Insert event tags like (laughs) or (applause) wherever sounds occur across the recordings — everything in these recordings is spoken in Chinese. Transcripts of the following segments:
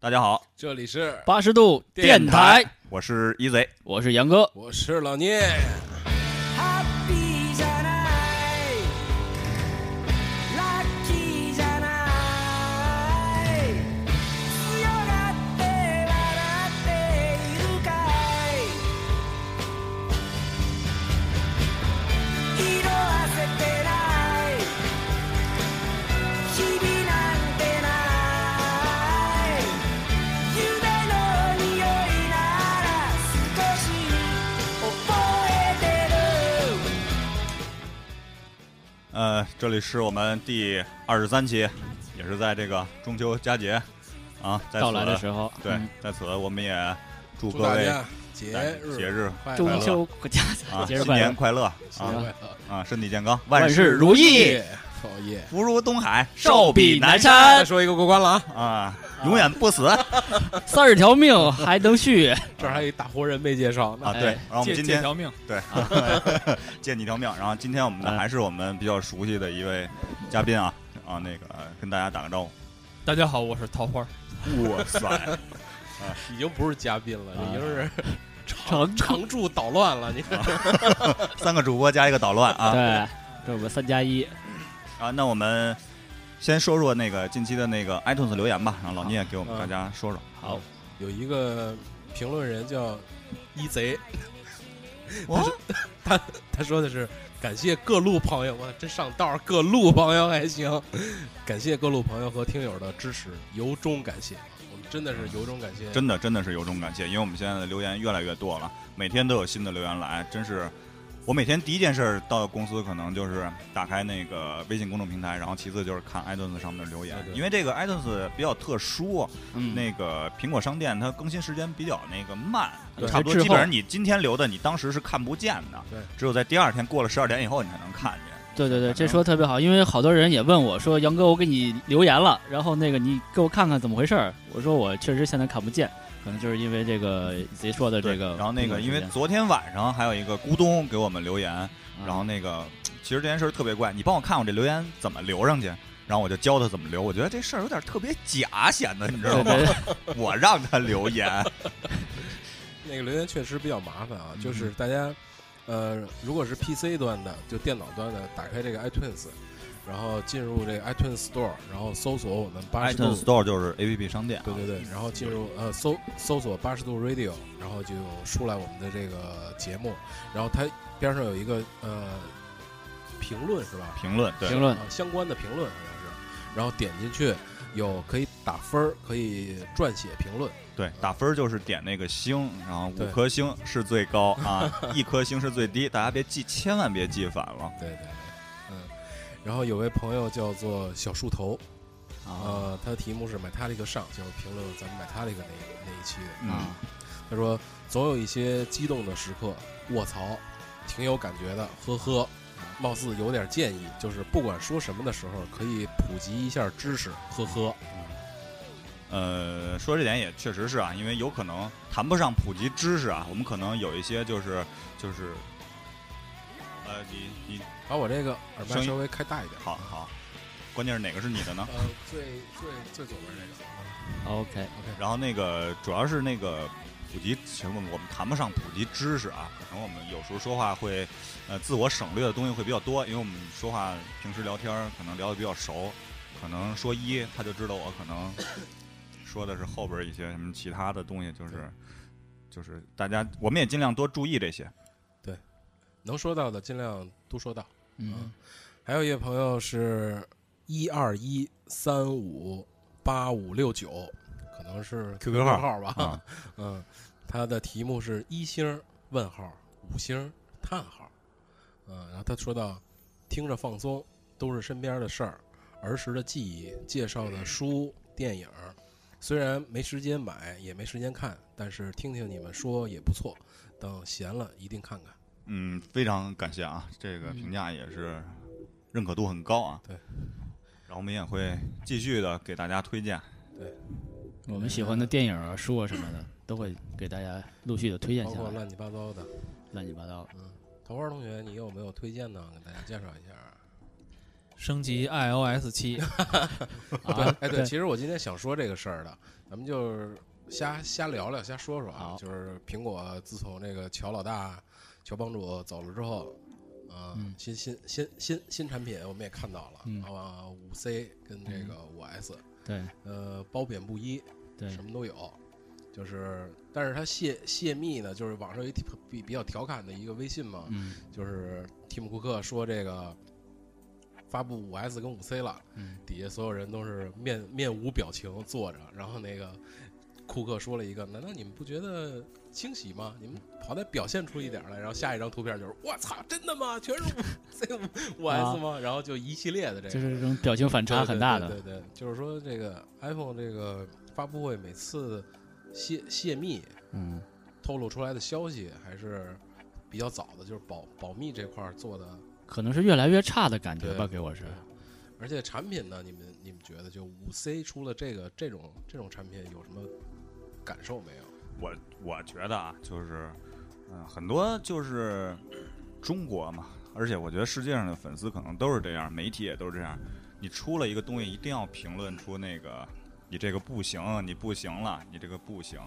大家好，哎这里是，八十度电电台台，我是 E 一贼。我是杨哥。我是老聂， Happy じゃないラッキーじゃない強がって笑っているかい色あせてない日々なんてない夢の匂いなら少し覚えてる呃，这里是我们第二十三期，也是在这个中秋佳节啊在此到来的时候，对，嗯在此我们也祝祝各大位家节哎日节日快乐，中秋佳啊节节日新快年乐，快乐新年啊快乐，啊身体健康，万事事如意，耶，好哦耶！福如东海，寿比再南山，说一个过关了啊，啊，永远不死啊。三十条命还能 (laughs) 续。这儿还有一大活人没介绍呢，啊对哎，然后我们借今借天条命，对， (laughs) 借你条命。然后今天我们的嗯还是我们比较熟悉的一位嘉宾啊啊，那个跟大家打个招呼。大家好，我是桃花。哇塞，已经不是嘉宾了，啊已经是常常驻捣乱了，你看，三个主播加一个捣乱啊。 (laughs) 对，这是我们三加一。啊，那我们先说说那个近期的那个 iTunes 留言吧，然后老啊聂给我们嗯大家说说。好，有一个评论人叫一贼，哇 (laughs) 他说的是感谢各路朋友，我真上道儿，各路朋友还行，感谢各路朋友和听友的支持，由衷感谢，我们真的是由衷感谢，真的嗯真的是由衷感谢，因为我们现在的留言越来越多了，每天都有新的留言来，真是。我每天第一件事儿到公司，可能就是打开那个微信公众平台，然后其次就是看 iTunes 上面的留言对，对因为这个 iTunes 比较特殊，嗯，那个苹果商店它更新时间比较那个慢，对差不多它滞后基本上你今天留的，你当时是看不见的对，只有在第二天过了十二点以后你才能看见。对对对，反这正说得特别好，因为好多人也问我说：“杨哥，我给你留言了，然后那个你给我看看怎么回事儿。”我说：“我确实现在看不见，可能就是因为这个谁说的对，这个。”然后那个，因为昨天晚上还有一个咕咚给我们留言，嗯然后那个，其实这件事儿特别怪，你帮我看我这留言怎么留上去，然后我就教他怎么留。我觉得这事儿有点特别假，显得你知道对吗？对对我让他留 (laughs) 言，那个留言确实比较麻烦啊，就是大家，呃，如果是 PC 端的，就电脑端的，打开这个 iTunes，然后进入这个 iTunes Store，然后搜索我们八十度 iTunes，Store 就是 A P P 商店啊，对对对，然后进入呃搜搜索八十度 Radio，然后就出来我们的这个节目，然后它边上有一个呃评论是吧？评论对评论啊，相关的评论好像是，然后点进去有可以打分儿，可以撰写评论，对，打分儿就是点那个星，然后五对颗星是最高啊，一颗星是最低，大家别记，千万别记反了。对对对，嗯，然后有位朋友叫做小树头。啊呃，他的题目是买他的一个上，就是评论咱们买他的一个那那一期的。啊嗯，他说总有一些激动的时刻，卧槽，挺有感觉的，呵呵。貌似有点建议，就是不管说什么的时候，可以普及一下知识，呵呵。呃，说这点也确实是啊，因为有可能谈不上普及知识啊，我们可能有一些就是就是，呃，你你把我这个耳声麦音稍微开大一点。好好，关键是哪个是你的呢？呃，最最最左边这个。嗯，OK， OK，然后那个主要是那个普及，其实我们我们谈不上普及知识啊，可能我们有时候说话会，呃，自我省略的东西会比较多，因为我们说话平时聊天儿可能聊得比较熟，可能说一他就知道我可能 (coughs) 说的是后边儿一些什么其他的东西，就是就是大家我们也尽量多注意这些。能说到的尽量都说到。嗯，还有一位朋友是一二一三五八五六九，可能是 QQ 号号吧。啊 (laughs) 嗯，他的题目是一星问号五星叹号。嗯，然后他说到，听着放松，都是身边的事儿，儿时的记忆，介绍的书、电影，虽然没时间买，也没时间看，但是听听你们说也不错。等闲了，一定看看。嗯，非常感谢啊，这个评价也是认可度很高啊。对，然后我们也会继续的给大家推荐。我们喜欢的电影啊、书啊什么的，都会给大家陆续的推荐包下括来，乱七八糟的。乱七八糟的。桃花同学，你有没有推荐呢？给大家介绍一下。升级 (laughs) iOS 七，啊，哎，对，其实我今天想说这个事儿的，咱们就是瞎瞎聊聊，瞎说说啊好。就是苹果自从那个乔老大、乔帮主走了之后，啊、嗯新新新新新产品我们也看到了，嗯啊，五 C 跟这个五 S，、对呃，褒贬不一，对什么都有。就是，但是它泄泄密呢，就是网上有一比比较调侃的一个微信嘛，嗯就是蒂姆·库克说这个发布五 S 跟五 C 了，嗯底下所有人都是面面无表情坐着，然后那个库克说了一个：“难道你们不觉得惊喜吗？你们好歹表现出一点来。”然后下一张图片就是：“我操，真的吗？全是五 (laughs) C 五 S 吗？”然后就一系列的这个，啊就是这种表情反差很大的，对对对对对就是说这个 iPhone 这个发布会每次泄泄密嗯透露出来的消息还是比较早的，就是保保密这块儿做的。可能是越来越差的感觉吧，对给我是对，而且产品呢，你们你们觉得就五 C 出了这个这种这种产品有什么感受没有？我我觉得啊，就是，嗯、很多就是中国嘛，而且我觉得世界上的粉丝可能都是这样，媒体也都是这样。你出了一个东西，一定要评论出那个你这个不行，你不行了，你这个不行。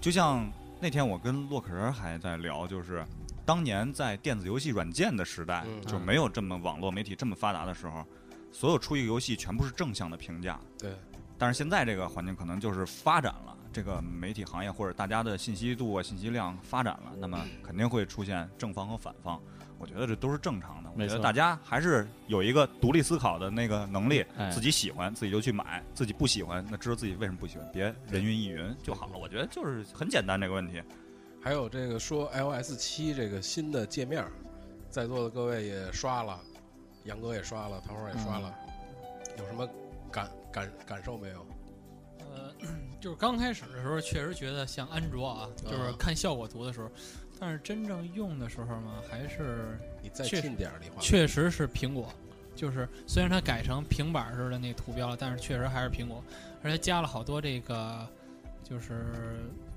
就像那天我跟洛克人还在聊，就是当年在电子游戏软件的时代，嗯就没有这么网络媒体这么发达的时候，所有出一个游戏全部是正向的评价，对，但是现在这个环境可能就是发展了，这个媒体行业或者大家的信息度啊、信息量发展了，那么肯定会出现正方和反方。我觉得这都是正常的。我没觉错得大家还是有一个独立思考的那个能力哎，自己喜欢自己就去买，自己不喜欢那知道自己为什么不喜欢，别人云亦云就好了。我觉得就是很简单这个问题。还有这个说 iOS 七这个新的界面儿，在座的各位也刷了，杨哥也刷了，唐花也刷了，嗯有什么感感感受没有？呃，就是刚开始的时候确实觉得像安卓啊，就是啊看效果图的时候，但是真正用的时候嘛，还是你再确实近点儿，李华。确实是苹果。就是虽然它改成平板儿似的那图标了，但是确实还是苹果，而且加了好多这个就是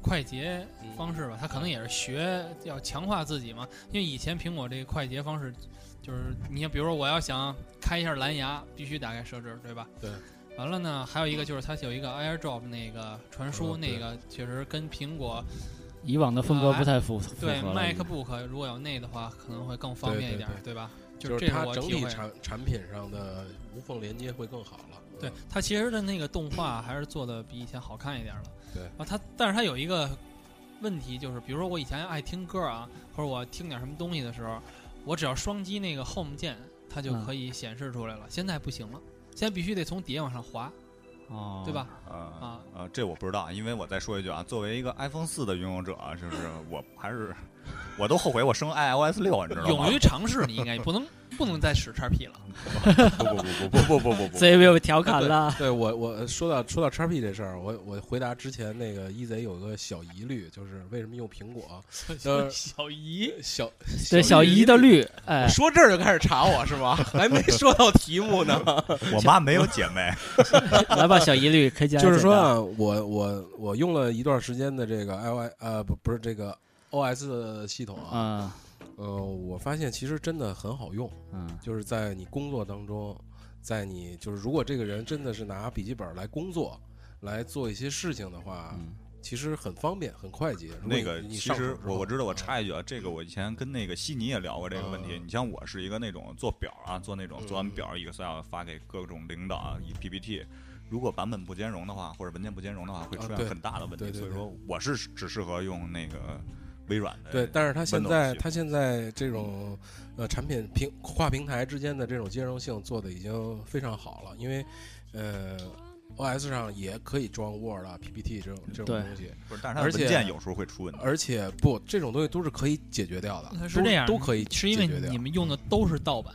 快捷嗯方式吧，它可能也是学要强化自己嘛，因为以前苹果这个快捷方式，就是你像比如说我要想开一下蓝牙，必须打开设置，对吧？对。完了呢，还有一个就是它有一个 AirDrop 那个传输，嗯对那个确实跟苹果以往的风格不太啊符符合对了 MacBook 如果有那的话，可能会更方便一点，对对对吧？就这是是它我整体体会的。产产品上的无缝连接会更好了。对嗯它其实的那个动画还是做的比以前好看一点了。对然后它，但是它有一个问题，就是比如说我以前爱听歌啊，或者我听点什么东西的时候，我只要双击那个 Home 键，它就嗯可以显示出来了。现在不行了，现在必须得从底下往上滑，哦，对？吧？呃啊呃，这我不知道，因为我再说一句啊，作为一个 iPhone 四的拥有者啊，就是我还是我都后悔我生 iOS 六，你知道吗勇？于尝试，你应 (laughs) 该不能不能再使叉 P 了。不不不不不不不不不，这被调侃了，对我我说到说到叉 P 这事儿，我我回答之前那个一贼有个小疑虑，就是为什么用苹果？呃小姨， (laughs) 小对小姨的绿，哎，说这儿就开始查我是吗？还没说到题目呢。我妈没有姐妹，来吧，小姨绿，可以讲。就是说，啊，我我我用了一段时间的这个 i o 呃不不是这个 OS 系统啊，嗯呃，我发现其实真的很好用，嗯就是在你工作当中，在你就是如果这个人真的是拿笔记本来工作。来做一些事情的话，嗯，其实很方便，很快捷。如果那个你你其上实手之我后我知道，我嗯插一句啊，这个我以前跟那个悉尼也聊过这个问题。嗯你像我是一个那种做表啊，做那种嗯做完表 Excel 发给各种领导啊，以 PPT。如果版本不兼容的话，或者文件不兼容的话，会出啊现对很大的问对题。对所以对说，我是只适合用那个微软的。对，但是它现在 Windows 系它现在这种呃产品平跨平台之间的这种兼容性做的已经非常好了，因为呃 OS 上也可以装 Word 啊、PPT 这种这种对东西，不是，但是它而的且文件有时候会出问题。而且不这种东西都是可以解决掉的，它呃是这样都都可以是因为解决掉你。们用的都是盗版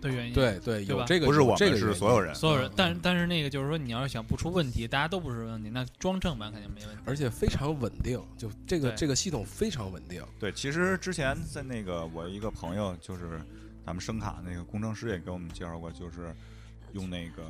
的原因。对对，对有吧这个不是有我这们，个是原所因有人。所有人嗯，但但是那个就是说，你要是想不出问题，大家都不是问题，那装正版肯定没问嗯题。而且非常稳定，就这个对这个系统非常稳定。对，其实之前在那个我一个朋友，就是咱们声卡那个工程师也给我们介绍过，就是用那个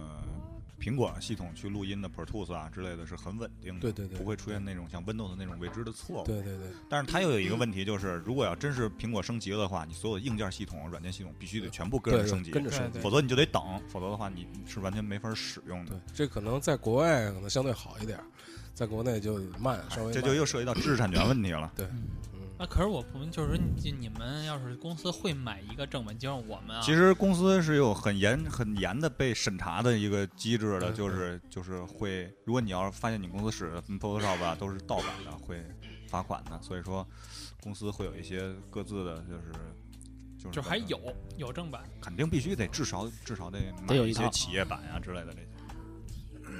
苹果系统去录音的 Pro Tools 啊之类的是很稳定的，对对对不会出现那种像 Windows 那种未知的错误。对对对，但是它又有一个问题，就是如果要真是苹果升级了的话，你所有的硬件系统、软件系统必须得全部跟对着对升级，跟着对升级。否则你就得等，否则的话你是完全没法使用的对。，这可能在国外可能相对好一点儿，在国内就慢，稍微慢这就又涉及到知识产权问题了。嗯啊，可是我们就是说你你们要是公司会买一个正版，就像我们啊，其实公司是有很严很严的被审查的一个机制的，对就是就是会，如果你要是发现你公司使的 Photoshop 啊都是盗版的，会罚款的。所以说，公司会有一些各自的，就是就是就还有可能有正版，肯定必须得至少至少得买得有一一些套企业版啊之类的这些，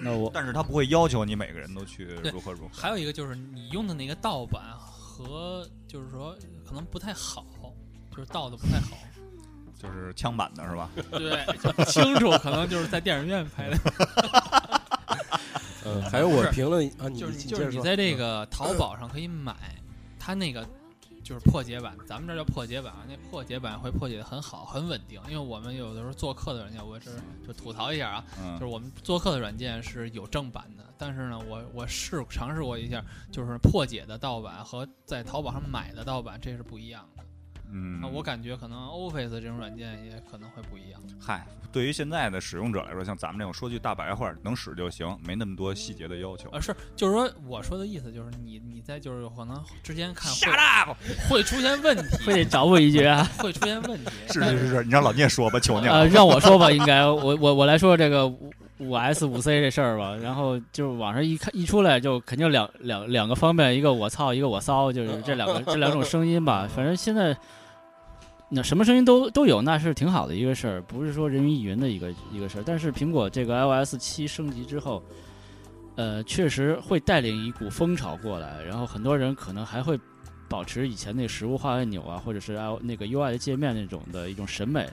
那我但是他不会要求你每个人都去对如何如何。还有一个就是你用的那个盗版和就是说可能不太好，就是盗的不太好。就是枪版的是吧？对，就不清楚，可能就是在电影院拍的。呃，还有我是评论啊，你就是你就接是着你说在这个淘宝上可以买，它那个就是破解版，咱们这儿叫破解版啊。那破解版会破解的很好，很稳定。因为我们有的时候做客的软件，我这就吐槽一下啊，嗯，就是我们做客的软件是有正版的，但是呢，我我试尝试过一下，就是破解的盗版和在淘宝上买的盗版这是不一样的。嗯那，啊我感觉可能 Office 这种软件也可能会不一样。嗨，对于现在的使用者来说，像咱们这种说句大白话，能使就行，没那么多细节的要求。啊，是，就是说我说的意思就是你你在就是可能之前看 Shut 啊 up！会会出现问题， (laughs) 非得找我一局啊！会出现问题。 (laughs) 是是是是，你让老聂 (laughs) 说吧，求你了。呃，让我说吧，应该我我我来说这个五五 S 五 C 这事儿吧。然后就是网上一看一出来，就肯定两两两个方面，一个我操，一个我骚，就是这两个这两种声音吧。反正现在那什么声音都都有，那是挺好的一个事儿，不是说人云亦云的一个一个事儿。但是苹果这个 iOS 七升级之后。呃，确实会带领一股风潮过来，然后很多人可能还会保持以前那实物化按钮啊，或者是 I 那个 UI 的界面那种的一种审美，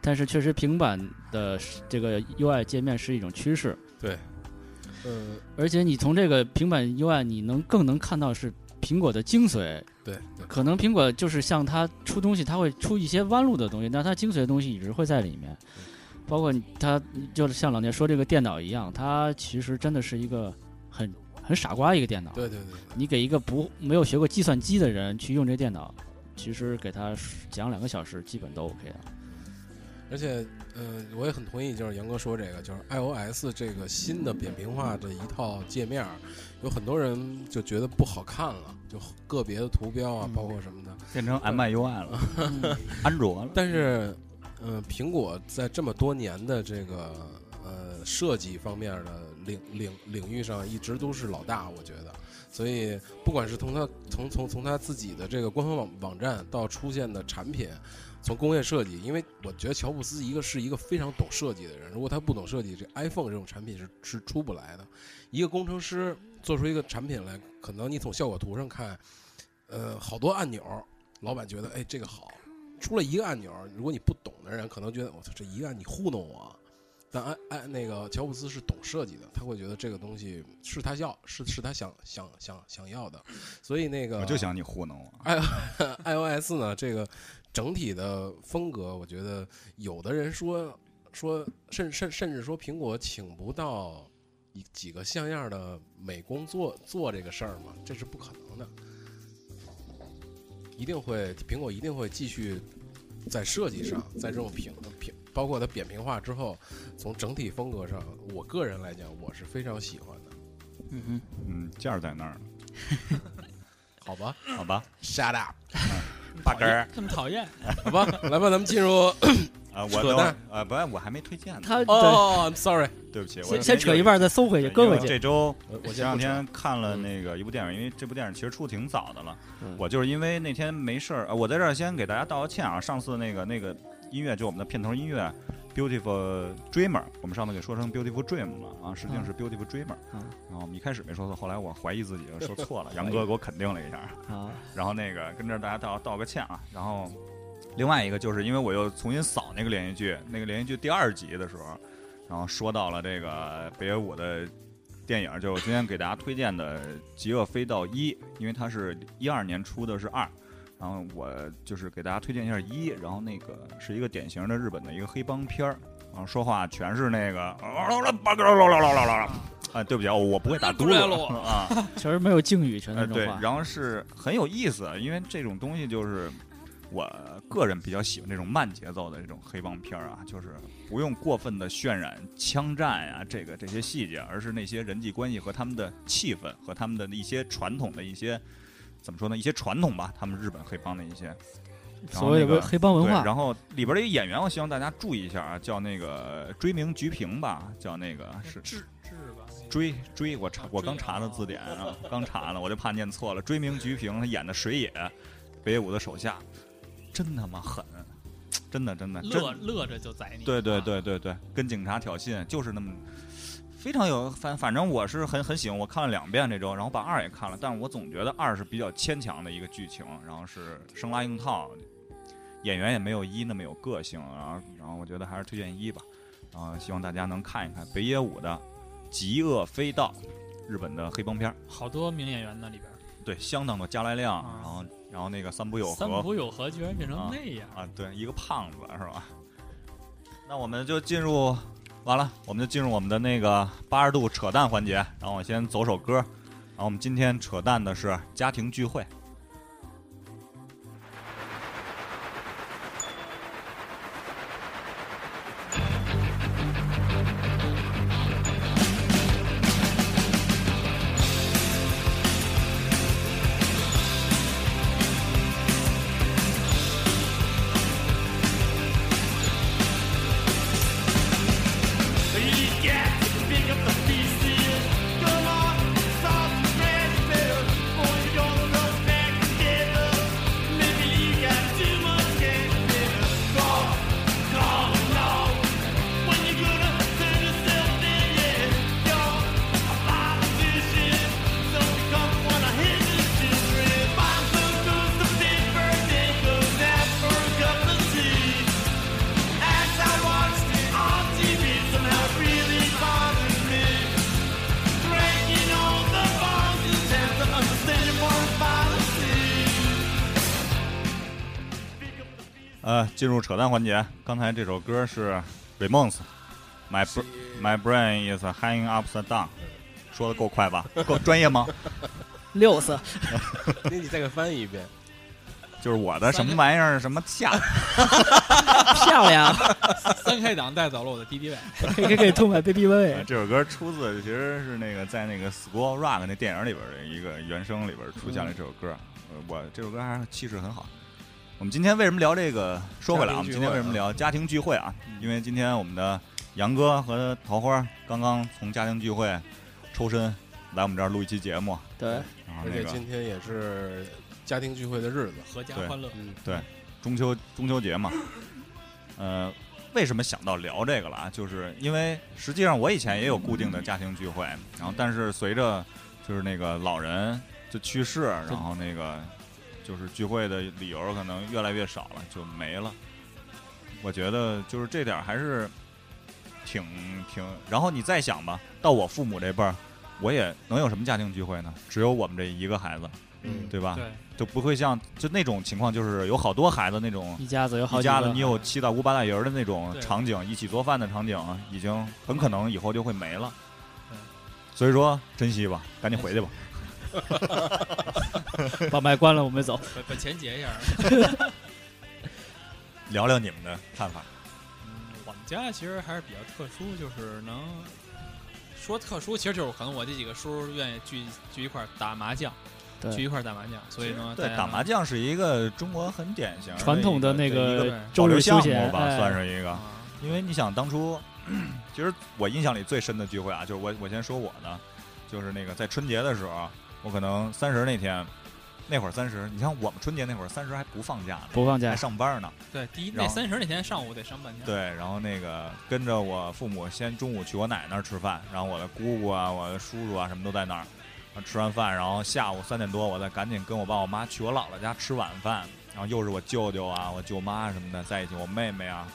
但是确实平板的这个 UI 界面是一种趋势，呃，而且你从这个平板 UI 你能更能看到是苹果的精髓。对对可能苹果就是像它出东西，它会出一些弯路的东西，但它精髓的东西一直会在里面。包括你它就是像老聂说这个电脑一样，它其实真的是一个很很傻瓜一个电脑。对对对对你给一个不没有学过计算机的人去用这电脑，其实给他讲两个小时基本都 OK 了。而且，呃，我也很同意，就是杨哥说这个，就是 iOS 这个新的扁平化这一套界面儿，有很多人就觉得不好看了，就个别的图标啊，嗯包括什么的。变成 MIUI 了，嗯 (laughs) 安卓了。但是，呃，苹果在这么多年的这个呃设计方面的领领领域上，一直都是老大，我觉得。所以，不管是从它从从从它自己的这个官方网网站到出现的产品，从工业设计，因为我觉得乔布斯一个是一个非常懂设计的人，如果他不懂设计，这 iPhone 这种产品是是出不来的。一个工程师做出一个产品来，可能你从效果图上看，呃，好多按钮，老板觉得哎这个好，出了一个按钮，如果你不懂的人，可能觉得我操这一个按你糊弄我。但按按那个乔布斯是懂设计的，他会觉得这个东西是他要是是他想想想想要的，所以那个我就想你糊弄我， (laughs) iOS 呢，这个整体的风格，我觉得有的人说说，甚甚甚至说苹果请不到一几个像样的美工做做这个事儿嘛，这是不可能的。一定会，苹果一定会继续在设计上，在这种平平，包括它扁平化之后，从整体风格上，我个人来讲，我是非常喜欢的。嗯哼。嗯，件儿在那儿呢，好吧 (laughs) 好吧， ，shut up，八根儿这么讨厌，好吧，来吧，咱们进入 (laughs) 啊，我扯等淡会儿啊，不，我还没推荐呢，他对哦，I'm sorry，对不起，我先先扯一半，再收回对去，因搁为回我去。这周我我前先两不扯天看了嗯那个一部电影，因为这部电影其实出挺早的了嗯。我就是因为那天没事儿，呃我在这儿先给大家道个歉啊。上次那个那个音乐，就我们的片头音乐《Beautiful Dreamer》，我们上次给说成《Beautiful Dream》了啊，实际上是《Beautiful Dreamer》。嗯然后我们一开始没说错，后来我怀疑自己说错 (laughs) 了，杨哥给我肯定了一下。啊，然后那个跟这儿大家道道个歉啊。然后另外一个就是因为我又重新扫那个连续剧，那个连续剧第二集的时候，然后说到了这个北野武的电影，就是我今天给大家推荐的《极恶飞盗一》，因为它是一二年出的是二。然后我就是给大家推荐一下一，然后那个是一个典型的日本的一个黑帮片儿，然后说话全是那个，啊，对不起啊，我不会打嘟噜啊，确实没有敬语，全呃是对这种，话。然后是很有意思，因为这种东西就是我个人比较喜欢这种慢节奏的这种黑帮片儿啊，就是不用过分的渲染枪战啊这个这些细节，而是那些人际关系和他们的气氛和他们的一些传统的一些怎么说呢，一些传统吧，他们日本黑帮的一些。然后所谓那个的黑帮文对，化，然后里边的一个演员，我希望大家注意一下啊，叫那个追名菊平吧，叫那个是智智吧，那个追追，我查啊我追刚查的字典啊，刚查的，我就怕念错了。追名菊平，他演的水野，北野武的手下，真他妈狠，真的真的真乐乐着就宰你。对对啊，对对对，跟警察挑衅就是那么。非常有反，反正我是很很喜欢，我看了两遍这周，然后把二也看了，但是我总觉得二是比较牵强的一个剧情，然后是生拉硬套，演员也没有一那么有个性，然后然后我觉得还是推荐一吧，然后希望大家能看一看北野武的《极恶飞盗》，日本的黑帮片儿，好多名演员呢里边儿，对，相当的加来亮，啊然后然后那个三浦友三和浦友和居然变啊成那样。啊，对，一个胖子是吧？那我们就进入，完了，我们就进入我们的那个八十度扯淡环节。然后我先走首歌，然后我们今天扯淡的是家庭聚会。 As I watched it on TV, somehow it really bothered me. Breaking all the bonds and chance of understanding foreign policy. Speak up the peace. 呃，进入扯淡环节，刚才这首歌是 Ramones，《My Br My Brain Is Hanging Upside Down》，说的够快吧？够专业吗？ (laughs) 六色那你再 (laughs) 给翻译一遍，就是我的什么玩意儿，什么下漂亮三开档带走了我的敌敌畏， ，K K K 痛快 baby 呃 (laughs) way，这首歌出自其实是那个在那个《School Rock》那电影里边的一个原声里边出现了这首歌。呃我这首歌还是气势很好。我们今天为什么聊这个？说回来啊，我家们庭聚今会天为什么聊家庭聚会啊？因为今天我们的杨哥和桃花刚刚从家庭聚会抽身来我们这儿录一期节目，对，然后而那且个今天也是家庭聚会的日子，阖家对欢乐。嗯，中秋中秋节嘛，呃，为什么想到聊这个了啊？就是因为实际上我以前也有固定的家庭聚会，然后但是随着就是那个老人就去世，然后那个就是聚会的理由可能越来越少了，就没了。我觉得就是这点儿还是挺挺，然后你再想吧，到我父母这辈儿，我也能有什么家庭聚会呢？只有我们这一个孩子，嗯对吧？对，就不会像就那种情况，就是有好多孩子那种一家子有嗯好一几家子，个你，有七大姑八大姨儿的那种对场景，一起做饭的场景，已经很可能以后就会没了对。所以说，珍惜吧，赶紧回 (laughs) 去吧。把麦关了，我 (laughs) 们走。把把钱结一下儿。聊聊你们的看法。嗯，我们家其实还是比较特殊，就是能说特殊，其实就是可能我这几个叔叔愿意聚聚一块儿打麻将，对聚一块儿打麻将，所以呢，对，打麻将将是一个中国很典型传统的的那一个个一对保周留日休项闲目吧，哎算是一个。啊，因为你想当初， (clears throat) 其实我印象里最深的聚会啊，就是我我先说我的，就是那个在春节的时候，啊我可能三十那天，那会儿三十，你像我们春节那会儿三十还不放假呢，不放还假，上班呢，对，第一然那后三十那天上午得上半天，对，然后那个跟着我父母先中午去我奶奶那儿吃饭，然后我的姑姑啊、我的叔叔啊什么都在那儿。啊吃完饭，然后下午三点多，我再赶紧跟我爸我妈去我姥姥家吃晚饭，然后又是我舅舅啊、我舅妈什么的在一起，我妹妹啊，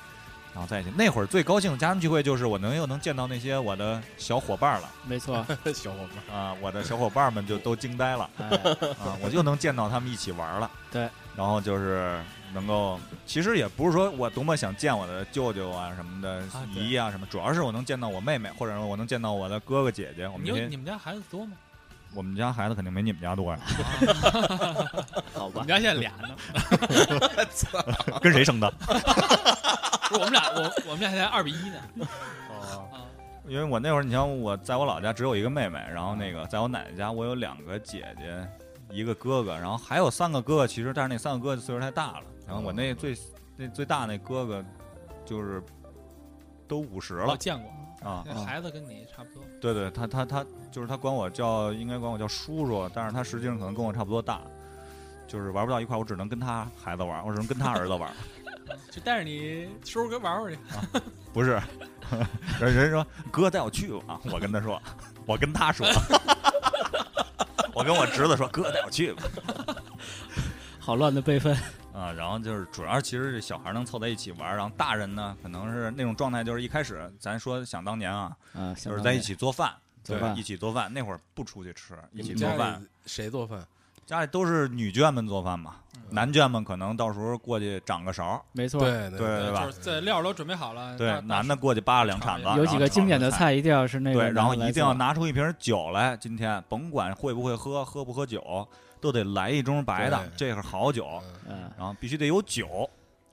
然后在一起。那会儿最高兴的家庭聚会就是我能又能见到那些我的小伙伴了 (laughs) 没错， (laughs) 小伙伴，啊，我的小伙伴们就都惊呆了哎 (laughs) 啊，我又能见到他们一起玩了。对，然后就是能够，其实也不是说我多么想见我的舅舅啊什么的啊对姨啊什么，主要是我能见到我妹妹，或者说我能见到我的哥哥姐姐。我们你这有些你们家孩子多吗？我们家孩子肯定没你们家 (laughs) 多呀，好我吧们，家现在俩呢，跟谁生的？不是 (laughs) 我们俩，我我们俩现在二比一呢。啊，因为我那会儿，你像我在我老家只有一个妹妹，然后那个在我奶奶家我有两个姐姐，一个哥哥，然后还有三个哥哥，其实但是那三个哥哥岁数太大了，然后我那最那最大那哥哥就是都五十我了见过，啊，那孩子跟你差不多。对对，他他他就是他管我叫，应该管我叫叔叔，但是他实际上可能跟我差不多大，就是玩不到一块儿，我只能跟他孩子玩，我只能跟他儿子玩，就带着你叔叔哥玩玩去。不是， (laughs) 人人说哥带我去吧，我跟他说，我跟他说， (laughs) 我跟我侄子说哥带我去吧，好乱的辈 (laughs) 分，啊，然后就是主要其实是小孩能凑在一起玩儿，然后大人呢可能是那种状态，就是一开始咱说想当年啊，啊，就是在一起做饭，做对饭一起做饭，那会儿不出去吃，一起你做家饭，里谁做饭？家里都是女眷们做饭嘛，嗯男眷们可能到时候过去掌个勺儿，没错，对对对吧就是这料都准备好了。对嗯那，男的。过去扒拉两铲子，啊有几个经典的然后炒个菜，菜一定要是那个对，男的然后来一定要做拿出一瓶酒来，今天甭管会不会喝，喝不喝酒，都得来一盅白的，这是好酒，嗯嗯，然后必须得有酒，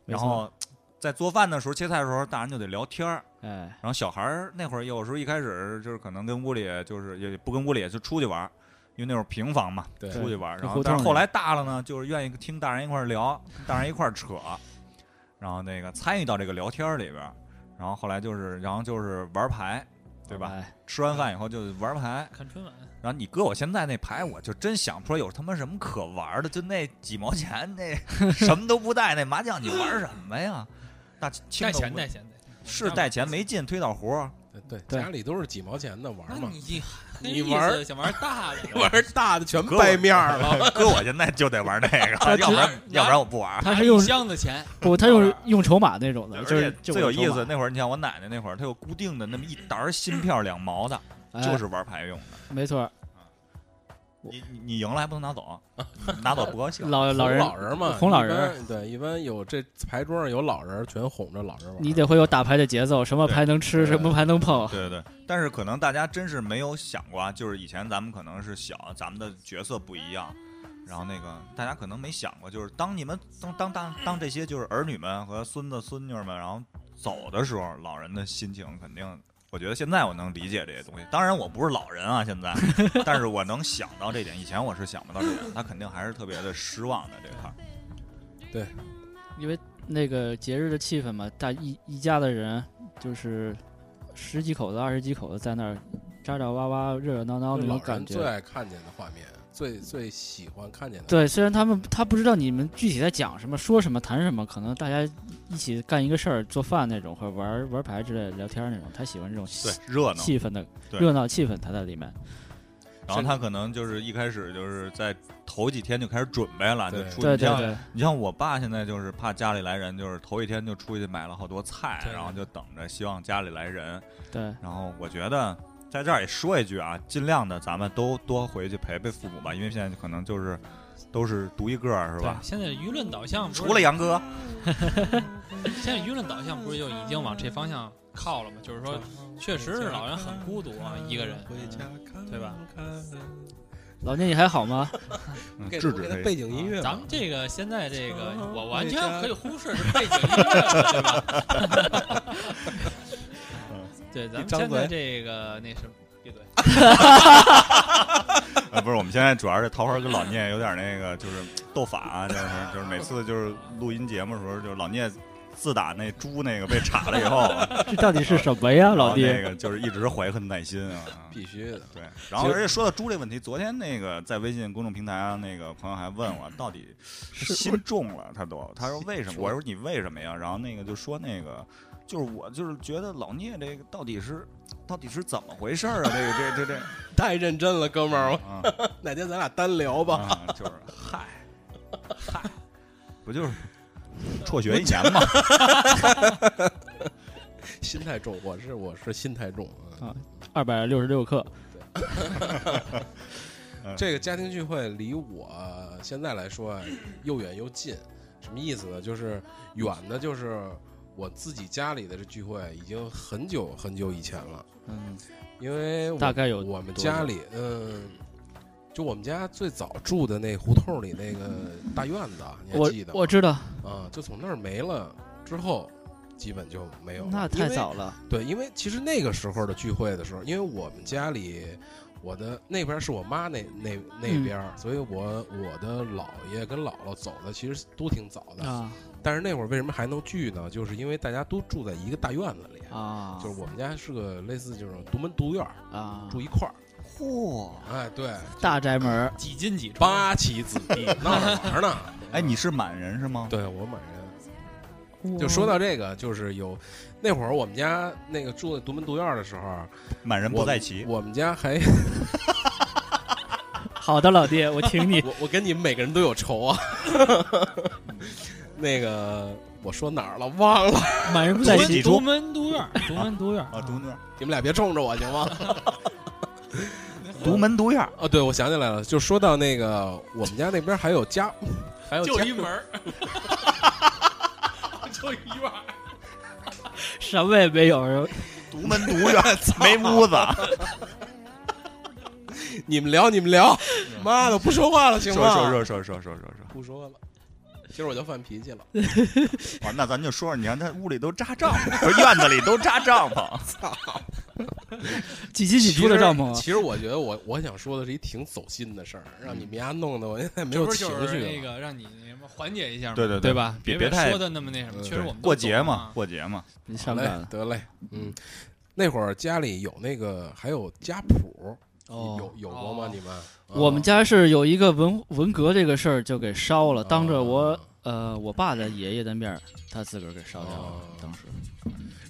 没然错后在做饭的时候切菜的时候，大人就得聊天儿。哎，然后小孩儿那会儿有时候一开始就是可能跟屋里就是也不跟屋里就出去玩儿，因为那会儿平房嘛，对出去玩儿。对然胡后同但是里后来大了呢，就是愿意听大人一块儿聊，跟大人一块儿扯，然后那个参与到这个聊天儿里边儿。然后后来就是，然后就是玩牌，对吧？哎？吃完饭以后就玩牌。看春晚，然后你哥我现在那牌，我就真想不出来有他妈什么可玩的，就那几毛钱， (laughs) 那什么都不带，那麻将你玩什么呀？那带钱带带钱带钱，是带钱没劲，推倒活儿。对，对家里都是几毛钱的玩那嘛，你你那意思玩儿想玩大 (laughs) 的， (laughs) 玩大的全哥掰面儿 (laughs) 了。了。哥，我现在就得玩那个，啊要不然只要不然我不玩。他是用拿一箱子钱，不，他 (laughs) 用用筹码那种的，而就是且就最有我筹意码思，那会儿你像我奶奶那会儿，她有固定的那么一沓儿新票两毛的，哎就是玩牌用的。没错，我你你你赢了还不能拿走， (laughs) 拿走不高兴。 (laughs) 老老人老人嘛，哄老一人儿般，对，一般有这牌桌上有老人儿，全哄着老人玩儿。你得会有打牌的节奏，什么牌能吃，对什么牌能碰，对对对，但是可能大家真是没有想过啊，就是以前咱们可能是小，咱们的角色不一样，然后那个大家可能没想过，就是当你们当当当当这些就是儿女们和孙子孙女们，然后走的时候，老人的心情肯定。我觉得现在我能理解这些东西，当然我不是老人啊，现 (laughs) 在，但是我能想到这点，以前我是想不到这点，他肯定还是特别的失望的这块儿。因为那个节日的气氛嘛，大一一家的人就是十几口子、二十几口子在那儿喳喳哇哇、热热闹闹那老种人感最觉。爱看见的画面，最最喜欢看见的。，对，虽然他们他不知道你们具体在讲什么、说什么、谈什么，可能大家一起干一个事儿、做饭那种，或者玩玩牌之类的、聊天那种，他喜欢这种对，热闹。气氛的对热闹气氛，他在里面。然后他可能就是一开始就是在头几天就开始准备了，就对出对你对像对，你像我爸现在就是怕家里来人，就是头一天就出去买了好多菜，对然后就等着希望家里来人。对，然后我觉得在这儿也说一句啊，尽量的咱们都多回去陪陪父母吧，因为现在可能就是都是独一个儿是是吧？现在舆论导向不是除了杨哥，现在舆论导向不是就已经往这方向靠了吗？就是说，确实是老人很孤独啊，一个人，对吧？老聂你还好吗？嗯给制止给这他个背景音乐嘛，啊咱们这个现在这嗯个，我完全回家可以忽视是背景音乐，对吧？ (laughs) 对，咱们现在这个那什么，闭嘴。啊，不是，我们现在主要是桃花跟老聂有点那个，就是斗法、啊，就是 (laughs) 就是每次就是录音节目的时候，就是老聂自打那猪那个被查了以后，这到底是什 (laughs) 么呀，然老后聂？那个就是一直怀恨在心啊。必须的。对，然后而且说到猪这问题，昨天那个在微信公众平台上，那个朋友还问我到底是心重了，他都他说为什么？我说你为什么呀？然后那个就说那个就是我就是觉得老聂这个到底是到底是怎么回事儿啊？这个这这这 (laughs) 太认真了，哥们儿，啊 (laughs) 哪天咱俩单聊吧。啊，就是嗨嗨，不就是辍学一 (laughs) 年嘛？心太重，我啊是我是心太重。嗯二百六十六克，嗯这个家庭聚会离我现在来说啊又远又近，什么意思呢？就是远的，就是我自己家里的这聚会已经很久很久以前了，嗯，因为我大概有我们多家久里，嗯，就我们家最早住的那胡同里那个大院子，你还我记得吗？我知道，啊，就从那儿没了之后，基本就没有了。那因太为早了，对，因为其实那个时候的聚会的时候，因为我们家里，我的那边是我妈那那那边儿，所以我我的姥爷跟姥姥走的其实都挺早的。啊但是那会儿为什么还能聚呢？就是因为大家都住在一个大院子里，啊，就是我们家是个类似这种独门独院儿，啊，住一块儿。嚯，哎，对， (laughs) 大宅门儿，几斤几重？八旗子弟闹着玩儿呢。哎，你是满人是吗？ (laughs) 对我满人。嗯就说到这个，就是有那会儿我们家那个住在独门独院儿的时候，满人不我在们齐。我们家还。好的，老爹，我挺你 (laughs) 我我跟你们每个人都有仇啊。 (laughs) 那个我说哪儿了忘了，满人不独在门西，独门独院儿，独门独院儿 (laughs) 啊，独门你们俩别冲着我行吗？独门独院儿，哦，对，我想起来了，就说到那个我们家那边还有家，还有就家一门儿，就一院儿。什么也没有，独门独院儿， (laughs) 没屋子。啊你们聊你们聊，妈的不说话了说行吗？说说说说说说说。不说了，今儿我就犯脾气了。啊，那咱就说说，你看他屋里都扎帐篷，不是院子里都扎帐篷。几几几出的帐篷啊？其实我觉得我我想说的是一挺走心的事儿，让你们家弄得我现在没有 (laughs) 这不是情就是绪了。那个让你那什么缓解一下嘛，对对对对吧？别别别太说的那么那什么，嗯确实我们都过节懂嘛啊，，过节嘛，你好上嘞班了，得嘞，嗯，那会儿家里有那个还有家谱，哦有。有过哦吗？你们？啊我们家是有一个文文革这个事儿就给烧了，当着我啊呃我爸的爷爷的面儿，他自个儿给烧掉了哦。当时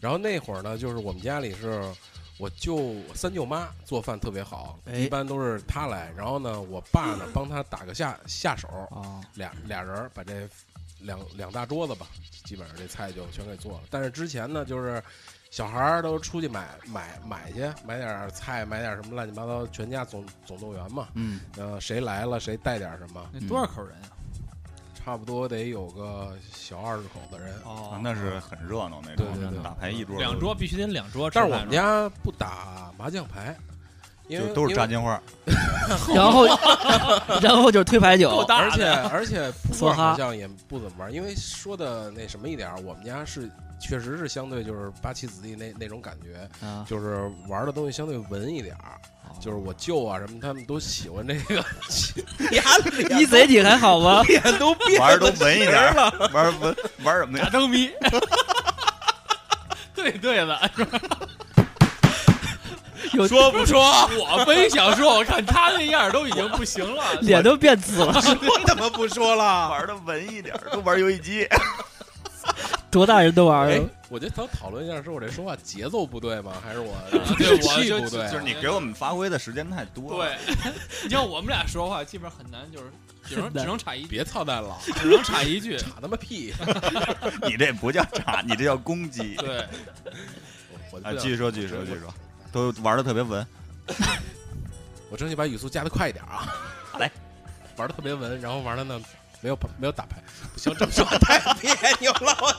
然后那会儿呢，就是我们家里是我舅我三舅妈做饭特别好，哎一般都是她来，然后呢，我爸呢帮她打个下下手，哦，俩俩人儿把这两两大桌子吧，基本上这菜就全给做了。但是之前呢，就是小孩儿都出去买买买去，买点儿菜，买点儿什么乱七八糟，全家总总动员嘛。嗯，呃，谁来了谁带点儿什么，那多少口人啊？差不多得有个小二十口的人。啊哦那是很热闹那种对对对，打牌一桌，两桌必须得两桌吃但饭是是吧。我们家不打麻将牌，因为就都是炸因为金花儿。 (laughs) 然 (laughs) 后然后就是推牌九，哦而且 (laughs) 而且扑梭克哈好像也不怎么玩，因为说的那什么一点儿，我们家是确实是相对就是八旗子弟那那种感觉，啊，哦就是玩的东西相对文一点儿，就是我舅啊什么，他们都喜欢这个。一贼你还好吗？玩儿都文一点儿，玩儿文玩儿什么呀？灯谜。 (laughs) 对对了，有说不说？ (laughs) 我本想说，我看他那样都已经不行 (laughs) 了。脸都变紫 (laughs) 了，我怎么不说了？玩的文一点儿，都玩游戏机。多大人都玩哎儿，我觉得咱讨论一下，是我这说话节奏不对吗？还是我对语啊气我就不对啊？就是你给我们发挥的时间太多了。对，你像我们俩说话，基本上很难，就是只能 (laughs) 很难只能插一，别操蛋了，只能插一句。打他妈 (laughs) 屁！对，你这不叫炸，你这叫攻击。 (laughs) 对，我啊，继续说，继续说，我继续说，都玩的特别文。我争取把语速加的快一点啊！好嘞，玩的特别文，然后玩的呢没有没有打牌，不行，这么说太别扭了，我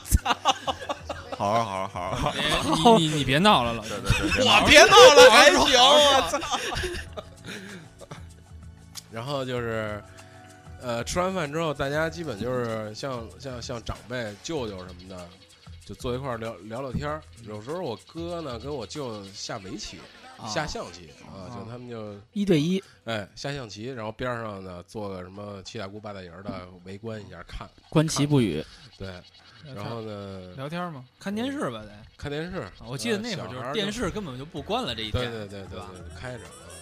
好好好好好，哎你你你别闹 (laughs) 了，老对对对对，我别闹了 (laughs) 还行，哎我操！然后就是，呃，吃完饭之后，大家基本就是像像像长辈、舅舅什么的，就坐一块儿聊聊聊天儿。有时候我哥呢跟我舅下围棋、啊下象棋啊，啊就他们就一对一，哎下象棋，然后边上呢坐个什么七大姑八大姨儿的围观一下看，观棋不语，对，师然后呢聊天嘛，看电视吧得。看电视啊。我记得那会儿小就孩是儿电视根本就不关了这一对天。对对对吧对，开着，嗯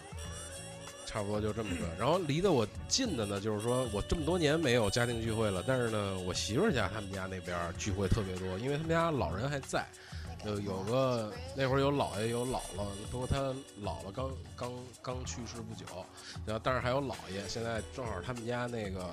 差不多就这么个。然后离得我近的呢，就是说我这么多年没有家庭聚会了，但是呢，我媳妇儿家他们家那边儿聚会特别多，因为他们家老人还在，有有个那会儿有姥爷有姥姥，包括他姥姥刚刚刚去世不久，然后但是还有姥爷，现在正好他们家那个。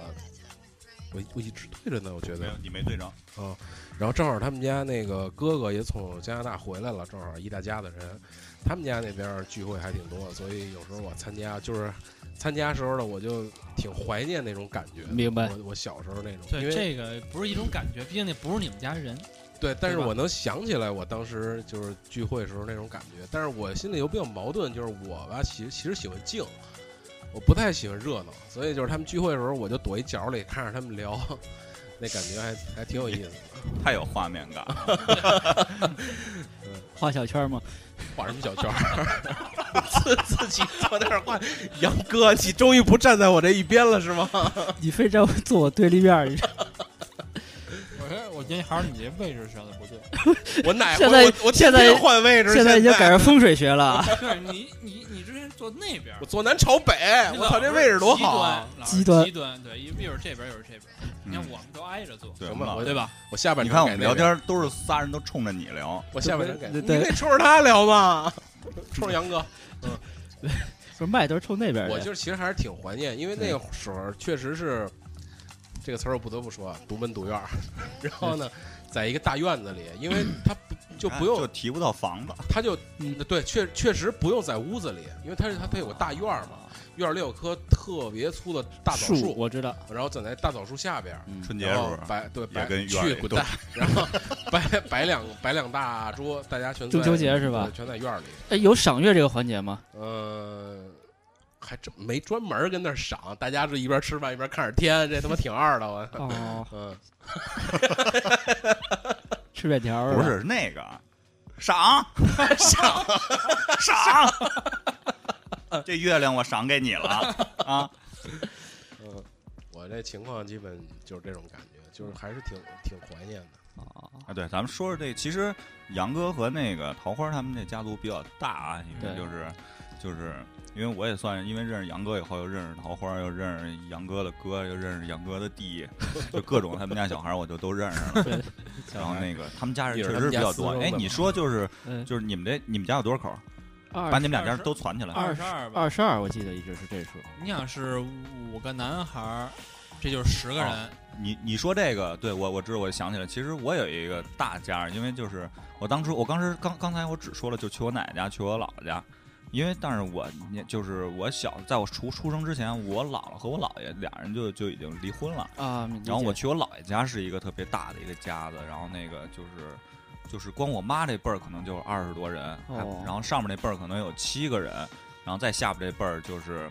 我我一直对着呢，我觉得没有，你没对着。哦，然后正好他们家那个哥哥也从加拿大回来了，正好一大家子人，他们家那边儿聚会还挺多，所以有时候我参加就是参加时候呢，我就挺怀念那种感觉的。明白我我小时候那种，因对，为这个不是一种感觉，毕竟那不是你们家人。对，但是对吧我能想起来我当时就是聚会时候那种感觉，但是我心里又比较矛盾，就是我吧，其实其实喜欢静，我不太喜欢热闹，所以就是他们聚会的时候，我就躲一角里看着他们聊， (laughs) 那感觉还还挺有意思的。太有画面感了。画小圈吗？画什么小圈儿？ (laughs) 自自己坐那儿画。杨哥，你终于不站在我这一边了是吗？你非让我坐我对立面儿，你我说，我觉得还是你这位置选的不对。我哪回现在我我现在天天换位置，现现在已经改成风水学 (laughs) 了，对你，你你之前坐那边儿我，坐南朝北，你我老操，这是位置多极好端啊！老是极端极端，对，一会儿这边儿一会儿这边儿。你看我们都挨着坐，对，我行们吧，老我对吧？我下半你看场我改们那聊边儿，天都是仨人都冲着你聊，我下半场改，对你对可以冲着他聊嘛。 (laughs) 冲着杨哥，不是麦都是冲那边哎儿的。我就是其实还是挺怀念，因为那个时候确实是这个词儿，我不得不说啊，独门独院儿。 (laughs) 然后呢，在一个大院子里，因为他不就不用哎就提不到房子，他就嗯对，确确实不用在屋子里，因为它是它它有个大院儿嘛，院儿里有棵特别粗的大枣树，树，我知道。然后站在大枣树下边儿，嗯春节然时后候摆对摆跟院儿去里滚都蛋，然后摆 (laughs) 摆两摆两大桌，大家全中在秋节是吧对全在院儿里，哎，有赏月这个环节吗？呃。还真没专门儿跟那儿赏，大家是一边吃饭一边看着天，这他妈挺二的我。哦，嗯，吃面条儿不是那个 (laughs) 赏赏赏，这月亮我赏给你了 (laughs) 啊！嗯，我这情况基本就是这种感觉，就是还是挺挺怀念的。哦啊，对，咱们说说这，其实杨哥和那个桃花他们这家族比较大啊，因为对就是就是因为我也算，因为认识杨哥以后，又认识桃花，又认识杨哥的哥，又认识杨哥的弟，就各种他们家小孩儿我就都认识 (laughs) 了。然后那个他们家人一会儿确他实们比家较私多。生哎，的你嘛说就是嗯，就是你们这你们家有多少口儿？把二你们俩家人二都攒起来。二二十二吧。二十二，我记得一直是这数。你想是五个男孩儿，这就是十个人哦。你你说这个，对我我知道，我想起来，其实我有一个大家，因为就是我当初我当时刚刚才我只说了，就去我奶奶家，去我姥姥家，因为但是我年就是我小，在我出出生之前，我姥姥和我姥爷俩人就就已经离婚了，啊，然后我去我姥爷家是一个特别大的一个家子，然后那个就是就是光我妈这辈儿可能就二十多人，还哦然后上面那辈儿可能有七个人，然后再下边这辈儿就是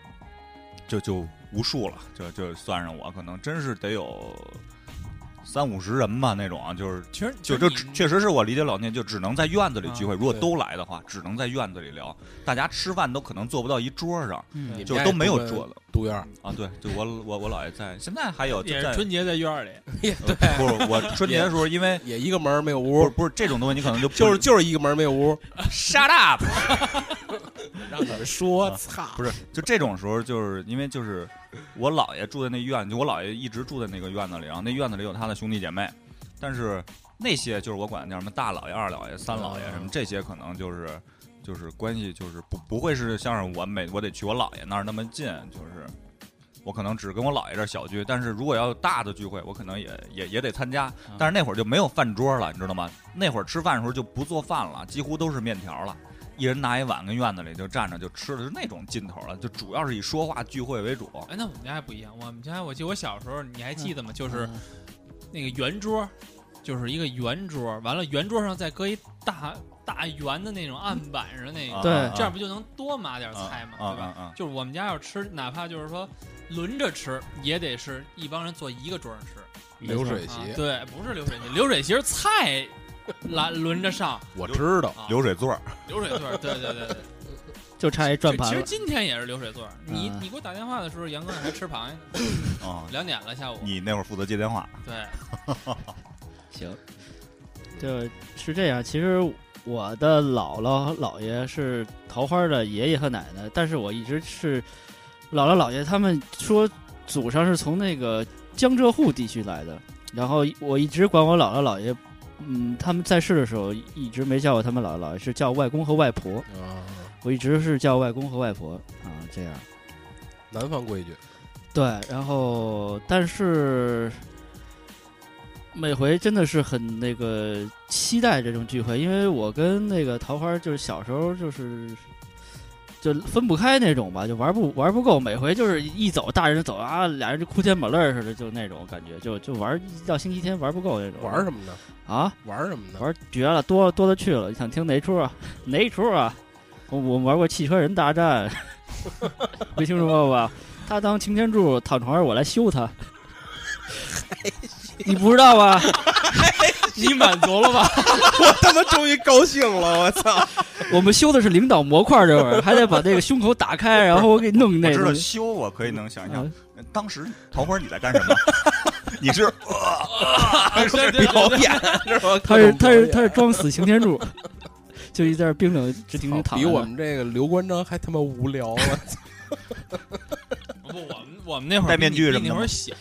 就就无数了，就就算上我，可能真是得有三五十人吧那种啊，就是。其实就其这实你确实是我理解老聂，就只能在院子里聚会。如果对都来的话，只能在院子里聊，大家吃饭都可能坐不到一桌上，你们就家都也没有独门桌子独院儿，啊。对，就我我我姥爷在，现在还有就也在是春节在院儿里，呃 (laughs) 不是我春节的时候，因为也一个门儿没有不屋是，不是这种东西，你可能就不就是就是一个门儿没有屋， shut up，让你们说啊操不是就这种时候，就是因为就是我姥爷住在那院，就我姥爷一直住在那个院子里，然后那院子里有他的兄弟姐妹，但是那些就是我管叫什么大姥爷、二姥爷、三姥爷什么这些，可能就是就是关系就是不不会是像是我每我得去我姥爷那儿那么近，就是。我可能只跟我姥爷这儿小聚，但是如果要有大的聚会，我可能也也也得参加。但是那会儿就没有饭桌了，你知道吗？那会儿吃饭的时候就不做饭了，几乎都是面条了，一人拿一碗跟院子里就站着就吃了，就那种劲头了。就主要是以说话聚会为主。哎，那我们家还不一样。我们家，我记得我小时候，你还记得吗？就就是那个圆桌，就是一个圆桌，完了圆桌上再搁一大大圆的那种案板上那啊个，对啊这样不就能多码点菜啊吗？啊对吧？啊啊！就是我们家要吃，哪怕就是说轮着吃，也得是一帮人坐一个桌上吃。流水啊席，对，不是流水席，流水席是菜来轮着上，我知道。啊流水座儿，流水座。对对对对，就差一转对盘其实了。今天也是流水座。你嗯你给我打电话的时候，杨哥你还吃螃蟹呢，啊、两点了下午。你那会儿负责接电话，对，行，就是这样。其实我的姥姥姥爷是桃花的爷爷和奶奶，但是我一直是姥姥姥爷他们说祖上是从那个江浙沪地区来的，然后我一直管我姥姥姥爷。嗯，他们在世的时候一直没叫我他们姥姥姥爷，是叫外公和外婆。啊，我一直是叫外公和外婆啊，这样。南方规矩，对，然后但是每回真的是很那个期待这种聚会，因为我跟那个桃花就是小时候就是就分不开那种吧，就玩不玩不够，每回就是一走大人走啊，俩人就哭天抹泪儿似的，就那种感觉，就就玩一到星期天玩不够那种。玩什么呢？啊？玩什么呢？玩绝了，多多了去了。你想听哪出啊？哪出啊？我我们玩过汽车人大战， (laughs) 没听说过吧？他当擎天柱躺床上，我来修他。你不知道吧？你满足了吧？ (laughs) 他妈终于高兴了，我操！我们修的是领导模块，这会儿还得把这个胸口打开，然后我给弄我那知道东西。修，我可以能想象啊。当时桃花你在干什么？ (laughs) 你是啊对对表对对，演是吧？他是他是他是装死擎天柱，就一在那儿冰冷直挺挺躺比着呢。我 (laughs) 们这个刘关张还他妈无聊啊！ (laughs) 不，我们我们那会儿戴面具比什你么的那会吗儿小，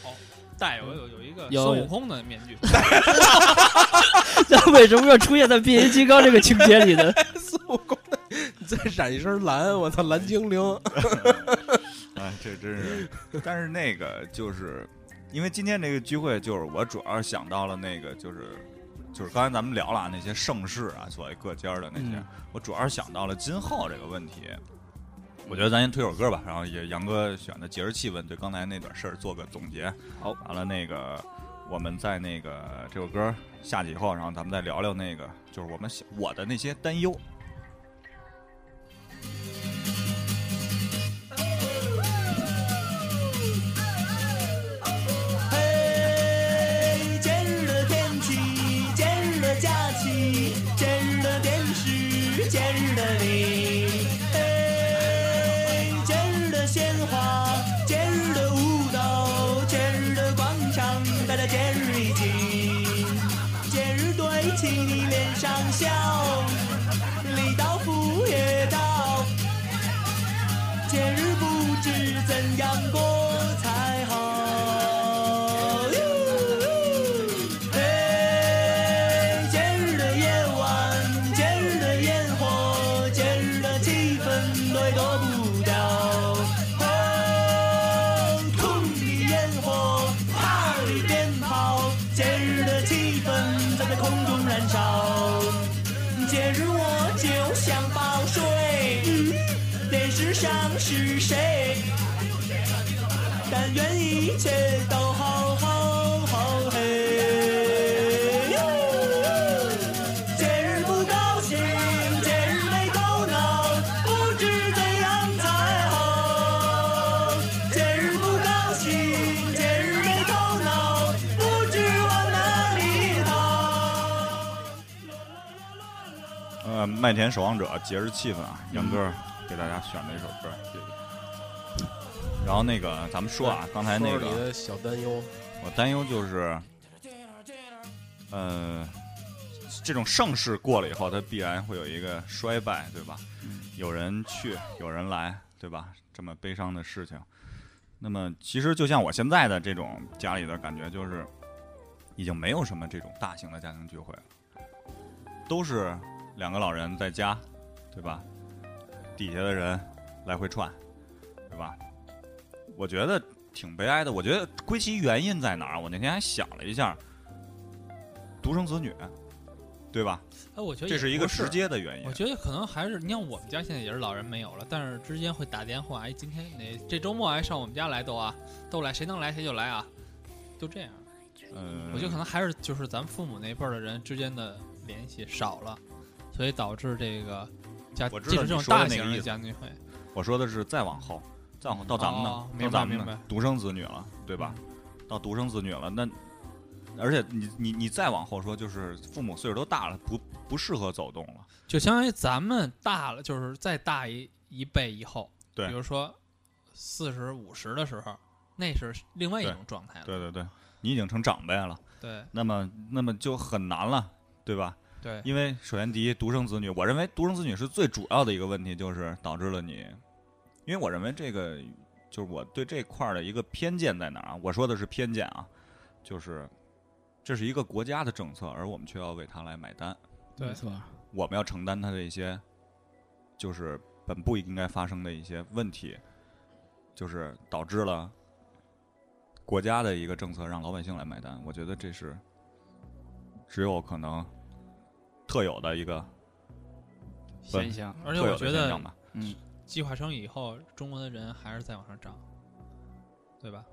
戴有有有一个有孙悟空的面具，那为什么要出现在变形金刚这个情节里呢？孙悟空，你再染一身蓝，我操，蓝精灵！ (laughs) 哎，这真是。但是那个就是，因为今天这个聚会，就是我主要想到了那个，就是就是刚才咱们聊了啊那些盛世啊，所谓各家的那些，嗯我主要是想到了今后这个问题。我觉得咱先推首歌吧，然后也杨哥选的节日气氛，对刚才那段事儿做个总结。好完了那个我们在那个这首歌下去以后，然后咱们再聊聊那个，就是我们想我的那些担忧。嘿，今儿的天气，今儿的假期，今儿的电视，今儿的你。嘿，今儿的鲜花，今儿的舞蹈，今儿的广场，大家今儿一起，今儿多一起，你脸上笑，礼到福也到。节日不知怎样过才好。哟嘿，节日的夜晚，节日的烟火，节日的气氛躲也躲不掉。哦，空里烟火，炮里鞭炮，节日的气氛在这空中燃烧。节日我就想报睡。嗯电视上是谁？但愿一切都好好好嘿。节日不高兴，节日没头脑，不知怎样才好。节日不高兴，节日没头脑，不知往哪里逃。呃，麦田守望者节日气氛啊，嗯杨哥给大家选的一首歌。然后那个咱们说啊，刚才那说说你个的小担忧，我担忧就是，呃，这种盛世过了以后，它必然会有一个衰败，对吧？有人去，有人来，对吧？这么悲伤的事情。那么其实就像我现在的这种家里的感觉，就是已经没有什么这种大型的家庭聚会了，都是两个老人在家，对吧？底下的人来回串，对吧？我觉得挺悲哀的。我觉得归其原因在哪儿，我那天还想了一下，独生子女，对吧？哎，我觉得这也是一不个直接的原因我。觉得可能还是，你像我们家现在也是老人没有了，但是之间会打电话，哎，今天哪这周末哎上我们家来都啊，都来，谁能来谁就来啊，就这样。嗯，我觉得可能还是就是咱们父母那辈儿的人之间的联系少了，所以导致这个家，我知即道使这你种说的大那型个的意思家庭会，呃我说的是再往后，再往后到咱们呢，哦到明白咱们明白嗯呢，独生子女了，对吧？到独生子女了，那而且你你你再往后说，就是父母岁数都大了，不不适合走动了。就相当于咱们大了，就是再大一一辈以后，对比如说四十五十的时候，那是另外一对种状态了，对对对，你已经成长辈了，对那么那么就很难了，对吧？对因为首先第一，独生子女，我认为独生子女是最主要的一个问题，就是导致了你，因为我认为这个就是我对这块儿的一个偏见在哪儿啊？我说的是偏见啊，就是这是一个国家的政策，而我们却要为它来买单，对没错，我们要承担它的一些就是本不应该发生的一些问题，就是导致了国家的一个政策让老百姓来买单，我觉得这是只有可能特有的一个。现象。而且特我有的觉现得象吧嗯，计划生育以后，中国的人还是在往上涨，对吧？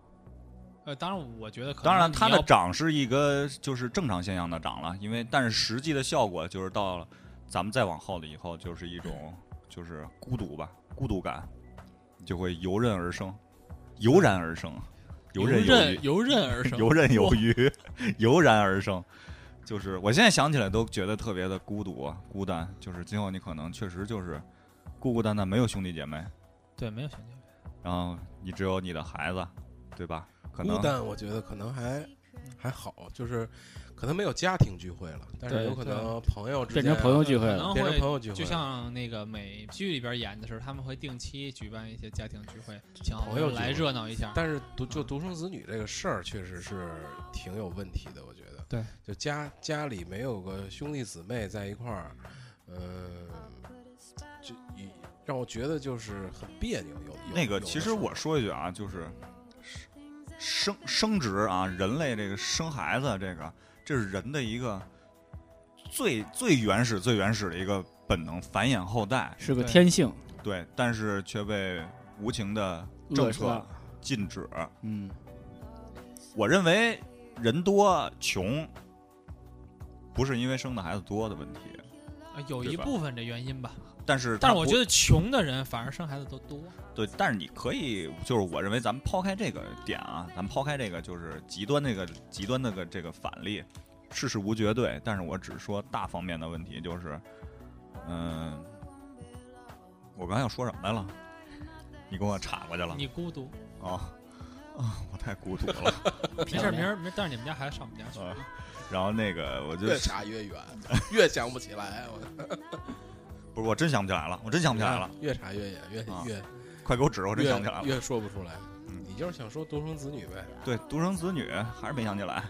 呃，当然，我觉得可能当然，它你的要涨是一个就是正常现象的涨了，因为但是实际的效果就是到了咱们再往后了以后，就是一种就是孤独吧，孤独感就会油然而生，油然而生，游刃有余，游刃 (laughs) 而生，游刃有余，油然而生。就是我现在想起来都觉得特别的孤独、啊、孤单，就是今后你可能确实就是孤孤单单，没有兄弟姐妹，对，没有选择。然后你只有你的孩子，对吧？可能孤单，我觉得可能还还好，就是可能没有家庭聚会了，但是对有可能朋友之变间啊成朋友聚会可了。能变成会朋友聚会，就像那个美剧里边演的时候，他们会定期举办一些家庭聚会，请朋友聚会来热闹一下。但是独就独生子女这个事儿，确实是挺有问题的，我觉得。对，就家家里没有个兄弟姊妹在一块儿，嗯、就一让我觉得就是很别扭。有有那有个，的其时实候我说一句啊，就是生生殖啊，人类这个生孩子，这个这是人的一个最最原始、最原始的一个本能，繁衍后代。是个对天性，对，但是却被无情的政扼策杀。禁止。嗯，我认为人多穷不是因为生的孩子多的问题，啊有对一吧部分这原因吧，但是但它是我不觉得穷的人反而生孩子都多。对，但是你可以，就是我认为咱们抛开这个点啊，咱们抛开这个就是极端那个极端那个这个反例，世事无绝对，但是我只说大方面的问题，就是，嗯、我刚才要说什么来了？你给我岔过去了你孤独，啊啊！我太孤独了。 (laughs) 没事漂儿，亮明儿明儿，但是你们家孩子上我们家去。啊然后那个，我就越差越远，越想不起来。我不是，我真想不起来了，我真想不起来了，，越差越远，越啊越快给我指，我真想不起来越了。越说不出来。嗯你就是想说独生子女呗？对，独生子女还是没想起来。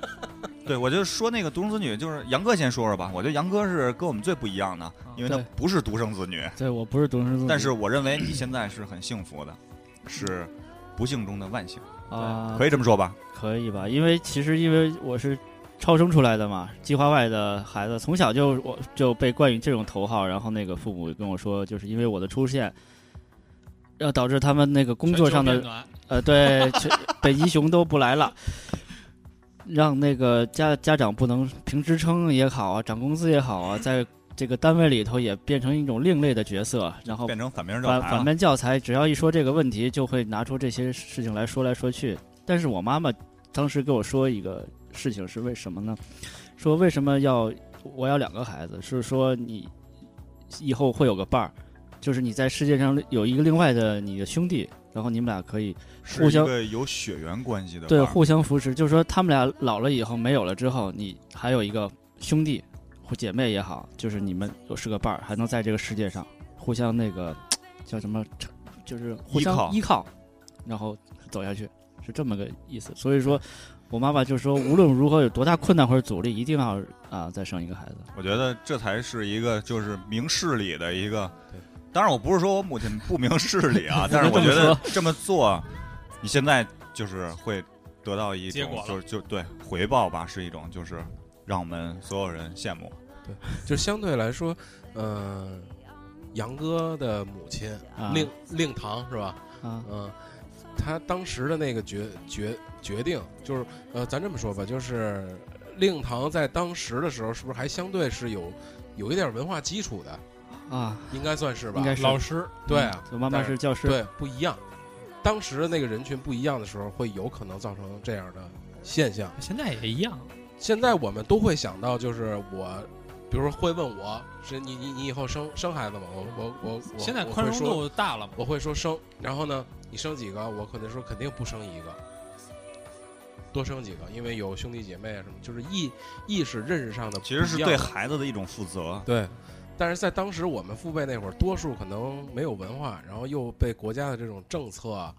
(laughs) 对，我就说那个独生子女，就是杨哥先说说吧。我觉得杨哥是跟我们最不一样的，因为他啊对嗯不是独生子女，对我不是独生子女，但是我认为你现在是很幸福的，是不幸中的万幸，啊，可以这么说吧？可以吧？因为其实因为我是超生出来的嘛，计划外的孩子，从小就我就被冠以这种头号。然后那个父母跟我说，就是因为我的出现，要导致他们那个工作上全的球变暖呃，对，全北极熊都不来了。让那个家家长不能评职称也好啊，涨工资也好啊，在这个单位里头也变成一种另类的角色，然后变成反面教哦反材反了。面教材，只要一说这个问题，就会拿出这些事情来说来说去。但是我妈妈当时跟我说一个事情是为什么呢？说为什么要我要两个孩子？是说你以后会有个伴儿，就是你在世界上有一个另外的你的兄弟，然后你们俩可以是互一相个有血缘关系的对伴儿互相扶持。就是说他们俩老了以后没有了之后，你还有一个兄弟或姐妹也好，就是你们有是个伴儿，还能在这个世界上互相那个叫什么，就是互相依靠依靠，然后走下去，是这么个意思。所以说。我妈妈就说，无论如何有多大困难或者阻力，一定要啊再生一个孩子。我觉得这才是一个就是明事理的一个对。当然，我不是说我母亲不明事理 (laughs) 啊，但是我不能觉这么得这么做，你现在就是会得到一结种果了就是就对回报吧，是一种就是让我们所有人羡慕。就相对来说，呃，杨哥的母亲啊令令堂是吧？啊，嗯，他当时的那个决决决定，就是呃，咱这么说吧，就是令堂在当时的时候，是不是还相对是有有一点文化基础的，啊，应该算是吧？应该是老师，对啊，我妈妈但是教师，对不一样。当时的那个人群不一样的时候，会有可能造成这样的现象。现在也一样。现在我们都会想到，就是我，比如说会问我是你你你以后生生孩子吗？我我我我现在我会宽容说度大了嘛？我会说生，然后呢，你生几个？我可能说肯定不生一个，多生几个，因为有兄弟姐妹啊什么，就是意意识认识上的其实是不一样对孩子的一种负责。对。但是在当时我们父辈那会儿，多数可能没有文化，然后又被国家的这种政策啊，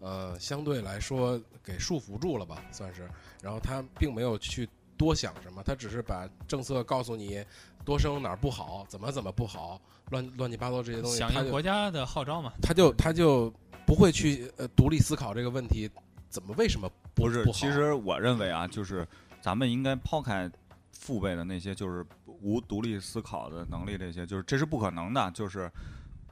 呃，相对来说给束缚住了吧，算是。然后他并没有去多想什么，他只是把政策告诉你多生哪儿不好，怎么怎么不好，乱乱七八糟这些东西，响他应就国家的号召嘛？他就他就不会去呃独立思考这个问题，怎么为什么不不是不，好其实我认为啊，就是咱们应该抛开父辈的那些就是无独立思考的能力，这些就是这是不可能的，就是。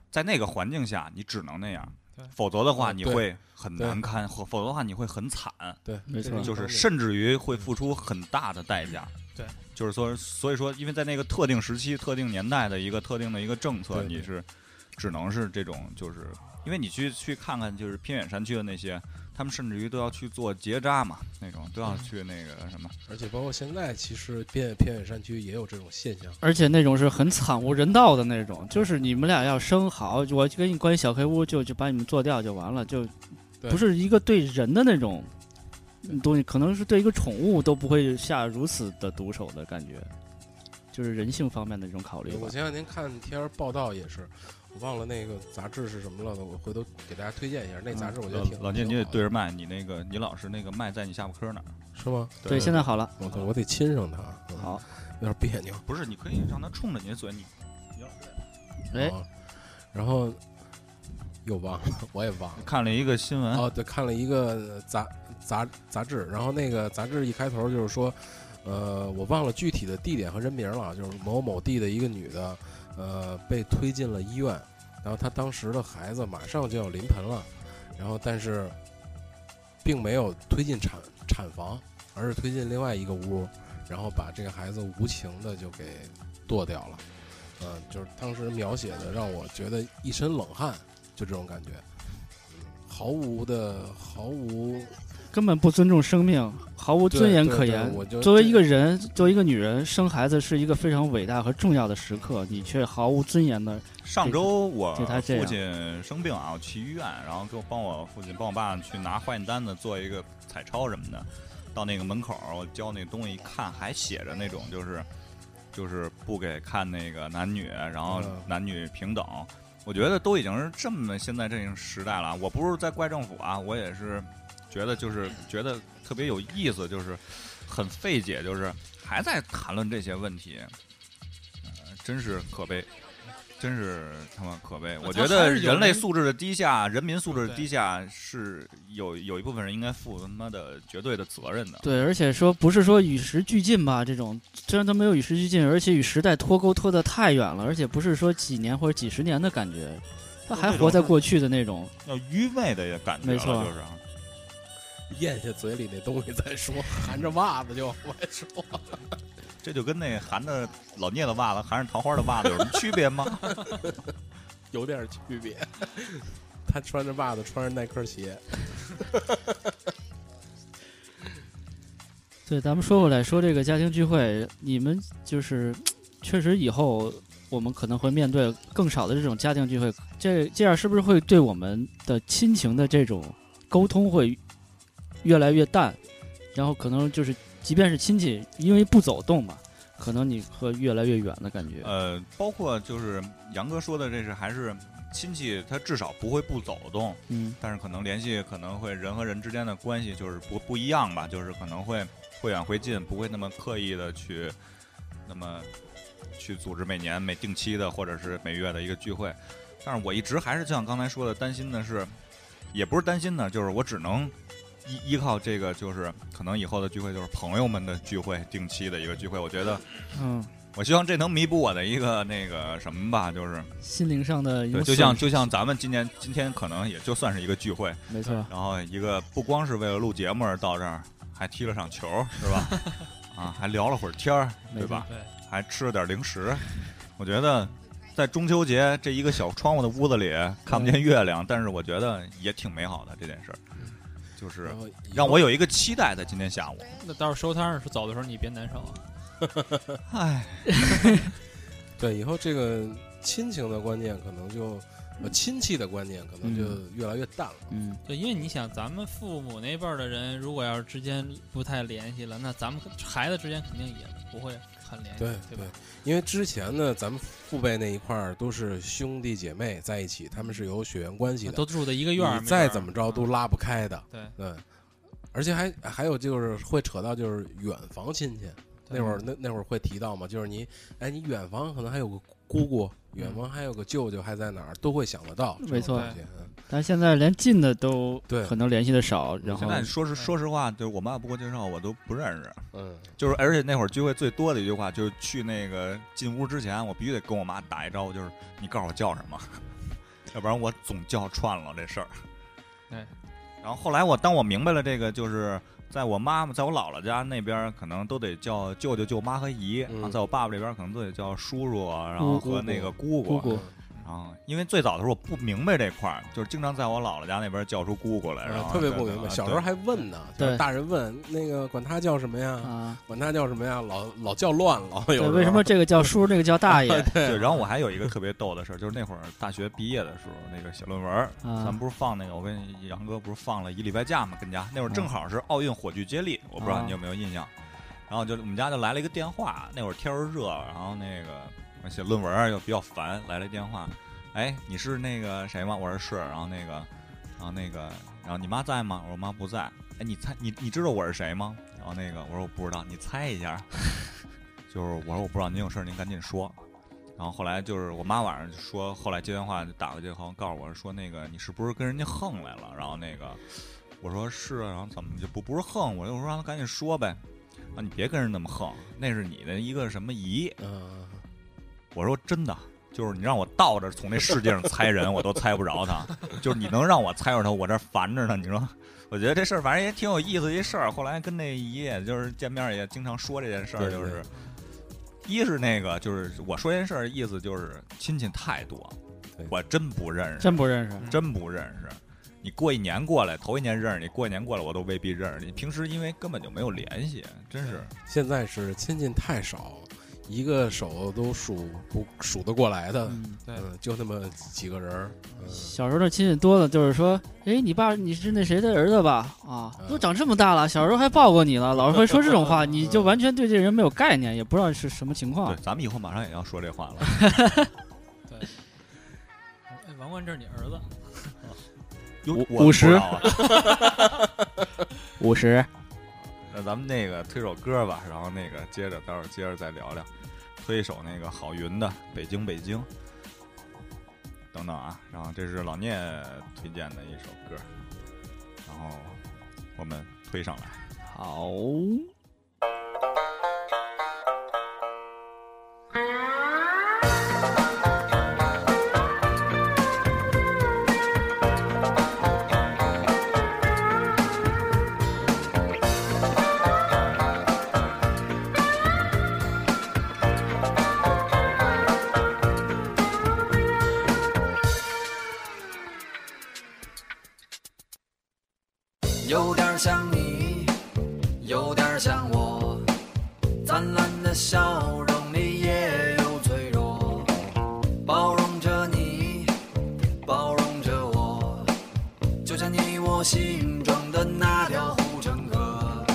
在那个环境下，你只能那样对，否则的话嗯你对会很对难堪，或否则的话你会很惨，对，没错，就是甚至于会付出很大的代价。对，就是说，所以说，因为在那个特定时期、特定年代的一个特定的一个政策，对对你是只能是这种，就是因为你去去看看，就是偏远山区的那些，他们甚至于都要去做结扎嘛，那种都要去那个什么。而且包括现在，其实偏偏远山区也有这种现象。而且那种是很惨无人道的那种，就是你们俩要生好，我就给你关小黑屋，就就把你们做掉就完了，就对不是一个对人的那种东西，可能是对一个宠物都不会下如此的毒手的感觉，就是人性方面的这种考虑吧我。前两天看篇报道也是，我忘了那个杂志是什么了，我回头给大家推荐一下。那嗯杂志我觉得挺老聂，你得挺好的对着麦，你那个你老是那个麦在你下巴颏那儿。是吗？对，现在好了，我得我得亲上它，嗯好，有点别扭。不是，你可以让他冲着你的嘴，你你老是哎，啊，然后又忘了，我也忘了。看了一个新闻，哦，对，看了一个杂杂杂志，然后那个杂志一开头就是说，呃，我忘了具体的地点和人名了，就是某某地的一个女的，呃，被推进了医院，然后她当时的孩子马上就要临盆了，然后但是并没有推进产产房，而是推进另外一个屋，然后把这个孩子无情的就给剁掉了，嗯、就是当时描写的让我觉得一身冷汗，就这种感觉。毫无的毫无根本不尊重生命，毫无对尊严对可对言。我就作为这一个人，作为一个女人，生孩子是一个非常伟大和重要的时刻，你却毫无尊严的，上周我就他这父样亲生病啊，我去医院，然后给我帮我父亲帮我爸去拿化验单子，做一个彩超什么的。到那个门口，我交那个东西一看，还写着那种就是就是不给看那个男女，然后嗯男女平等。我觉得都已经是这么现在这种时代了，我不是在怪政府啊，我也是觉得就是觉得特别有意思，就是很费解，就是还在谈论这些问题，呃，真是可悲，真是呃他妈可悲。我觉他还得是有人类人素质的低下，人民素质的对低下是有有一部分人应该负他妈的绝对的责任的。对，而且说不是说与时俱进吧，这种虽然它没有与时俱进，而且与时代脱钩脱得太远了，而且不是说几年或者几十年的感觉，它还活在过去的那种。要愚昧的感觉没错了，就是啊咽下嘴里那东西再说，含着袜子就往外说。这就跟那含着老聂的袜子含着桃花的袜子有什么区别 (laughs) 吗？有点区别。 (laughs) 他穿着袜子，穿着耐克鞋，对，咱们说回来说这个家庭聚会，你们就是确实以后我们可能会面对更少的这种家庭聚会，这这样是不是会对我们的亲情的这种沟通会越来越淡？然后可能就是，即便是亲戚，因为不走动嘛，可能你会越来越远的感觉。呃，包括就是杨哥说的，这是还是亲戚，他至少不会不走动，嗯，但是可能联系可能会呃人和人之间的关系就是不不一样吧，就是可能会会远会近，不会那么刻意的去那么去组织每年每定期的或者是每月的一个聚会。但是我一直还是像刚才说的，担心的是，也不是担心呢，就是我只能依依靠这个，就是可能以后的聚会就是朋友们的聚会，定期的一个聚会。我觉得，嗯，我希望这能弥补我的一个那个什么吧，就是心灵上的一对，种就像损就像咱们今年今天可能也就算是一个聚会。失没错，然后一个不光是为了录节目而到这儿，还踢了场球，是 (laughs) 吧？啊，还聊了会儿天儿，没对错吧？对，还吃了点零食。我觉得在中秋节这一个小窗户的屋子里看不见月亮，但是我觉得也挺美好的这件事儿，嗯就是然后以后让我有一个期待在今天下午。那到时候收摊儿的时候走的时候你别难受啊。唉，对以后这个亲情的观念可能就，呃，亲戚的观念可能就越来越淡了。嗯，对，因为你想，咱们父母那辈儿的人，如果要是之间不太联系了，那咱们孩子之间肯定也不会很联系，对对吧对？，因为之前呢，咱们父辈那一块儿都是兄弟姐妹在一起，他们是有血缘关系的，都住在一个院儿，你没再准儿怎么着都嗯拉不开的。对对，而且还还有就是会扯到就是远房亲戚，那嗯会儿那那会儿会提到嘛，就是你哎，你远房可能还有个姑姑，远嗯房还有个舅舅，还在哪儿都会想得到。没错这种东西嗯但是现在连近的都对可能联系的少，然后现在说实说实话，就是我妈不给我介绍，我都不认识。嗯，就是而且那会儿聚会最多的一句话就是去那个进屋之前，我必须得跟我妈打一招呼，就是你告诉我叫什么。 (laughs) 要不然我总叫串了这事儿。对，然后后来我当我明白了这个，就是在我妈妈在我姥姥家那边儿可能都得叫舅舅、舅妈和姨，嗯然后在我爸爸这边儿可能都得叫叔叔，啊然姑后姑和那个姑姑姑，然后因为最早的时候我不明白这块儿，就是经常在我姥姥家那边儿叫出姑姑来，然啊后嗯特别就呃不明白。小时候还问呢，对就是大人问那个管他叫什么呀，啊，管他叫什么呀，老老叫乱了。有时对，候为什么这个叫叔，那个叫大爷嗯 (laughs) 对对，然后我还有一个特别逗的事儿，就是那会儿大学毕业的时候，那个写论文儿，啊咱们不是放那个，我跟杨哥不是放了一礼拜假嘛，跟家那会儿正好是奥运火炬接力，我不知道你有没有印象。然后就我们家就来了一个电话，那会儿天儿热，然后那个我写论文儿又比较烦，来了一电话，哎，你是那个谁吗？我说是，然后那个，然后那个，然后你妈在吗？我说妈不在。哎，你猜你你知道我是谁吗？然后那个我说我不知道，你猜一下。 (laughs) 就是我说我不知道，您有事儿您赶紧说。然后后来就是我妈晚上就说，后来接电话就打过去，好像告诉我说那个你是不是跟人家横来了？然后那个我说是啊，然后怎么就不不是横？我就说让他赶紧说呗，啊你别跟人那么横，那是你的一个什么姨。嗯，我说真的，就是你让我倒着从这世界上猜人，我都猜不着他。就是你能让我猜着他，我这烦着呢。你说，我觉得这事儿反正也挺有意思一事儿。后来跟那姨也就是见面也经常说这件事儿，对就对是一是那个就是我说这件事儿意思就是亲戚太多对，我真不认识，嗯真不认识。真不认识。你过一年过来，头一年认识你，过一年过来我都未必认识你。平时因为根本就没有联系，真是现在是亲戚太少，一个手都数不数得过来的，嗯，对嗯，就那么几个人儿，嗯，小时候的亲戚多呢，就是说，哎，你爸你是那谁的儿子吧？啊，嗯都长这么大了，小时候还抱过你了，老是会说这种话，你就完全对这人没有概念，也不知道是什么嗯情对况。。咱们以后马上也要说这话了。(laughs) 哎，王冠，这是你儿子，哟五我五不十知道啊五十，那咱们那个推首歌吧，然后那个接着，待会儿接着再聊聊，推一首那个郝云的《北京北京》等等啊。然后这是老聂推荐的一首歌，然后我们推上来。好，有点像你，有点像我，灿烂的笑容里也有脆弱，包容着你，包容着我，就像你我心中的那条护城河。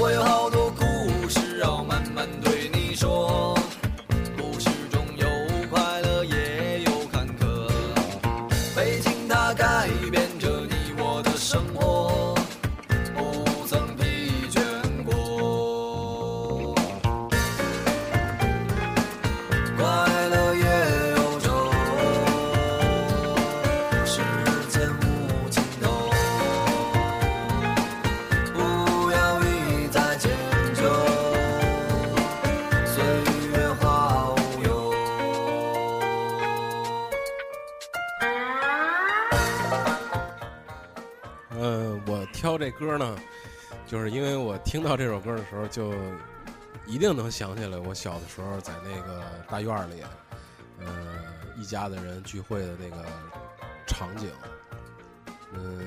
我有好多故事要慢慢对你说，故事中有快乐也有坎坷。北京它改变着你我的生活，不曾疲倦过。快乐也有愁，时间无尽头，不要一再迁就，岁月化无忧。呃，我挑这歌呢，就是因为我听到这首歌的时候，就一定能想起来我小的时候在那个大院儿里，呃，一家子人聚会的那个场景。嗯、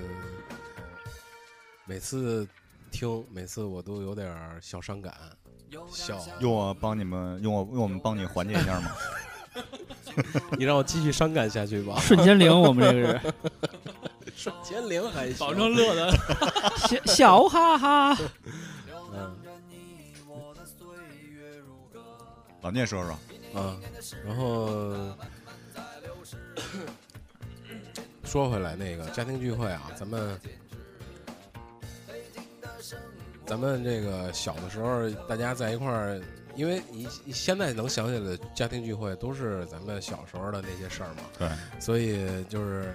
每次听，每次我都有点儿小伤感。笑用我帮你们，用我用我们帮你缓解一下吗？你让我继续伤感下去 (laughs) 吧。瞬间灵，我们这个是 (laughs) 瞬间灵还行保证乐的。笑笑哈哈。嗯 (laughs) 老聂 (laughs) 说说，啊，然后说回来，那个家庭聚会啊，咱们咱们这个小的时候，大家在一块儿，因为你你现在能想起来的家庭聚会，都是咱们小时候的那些事儿嘛。对，所以就是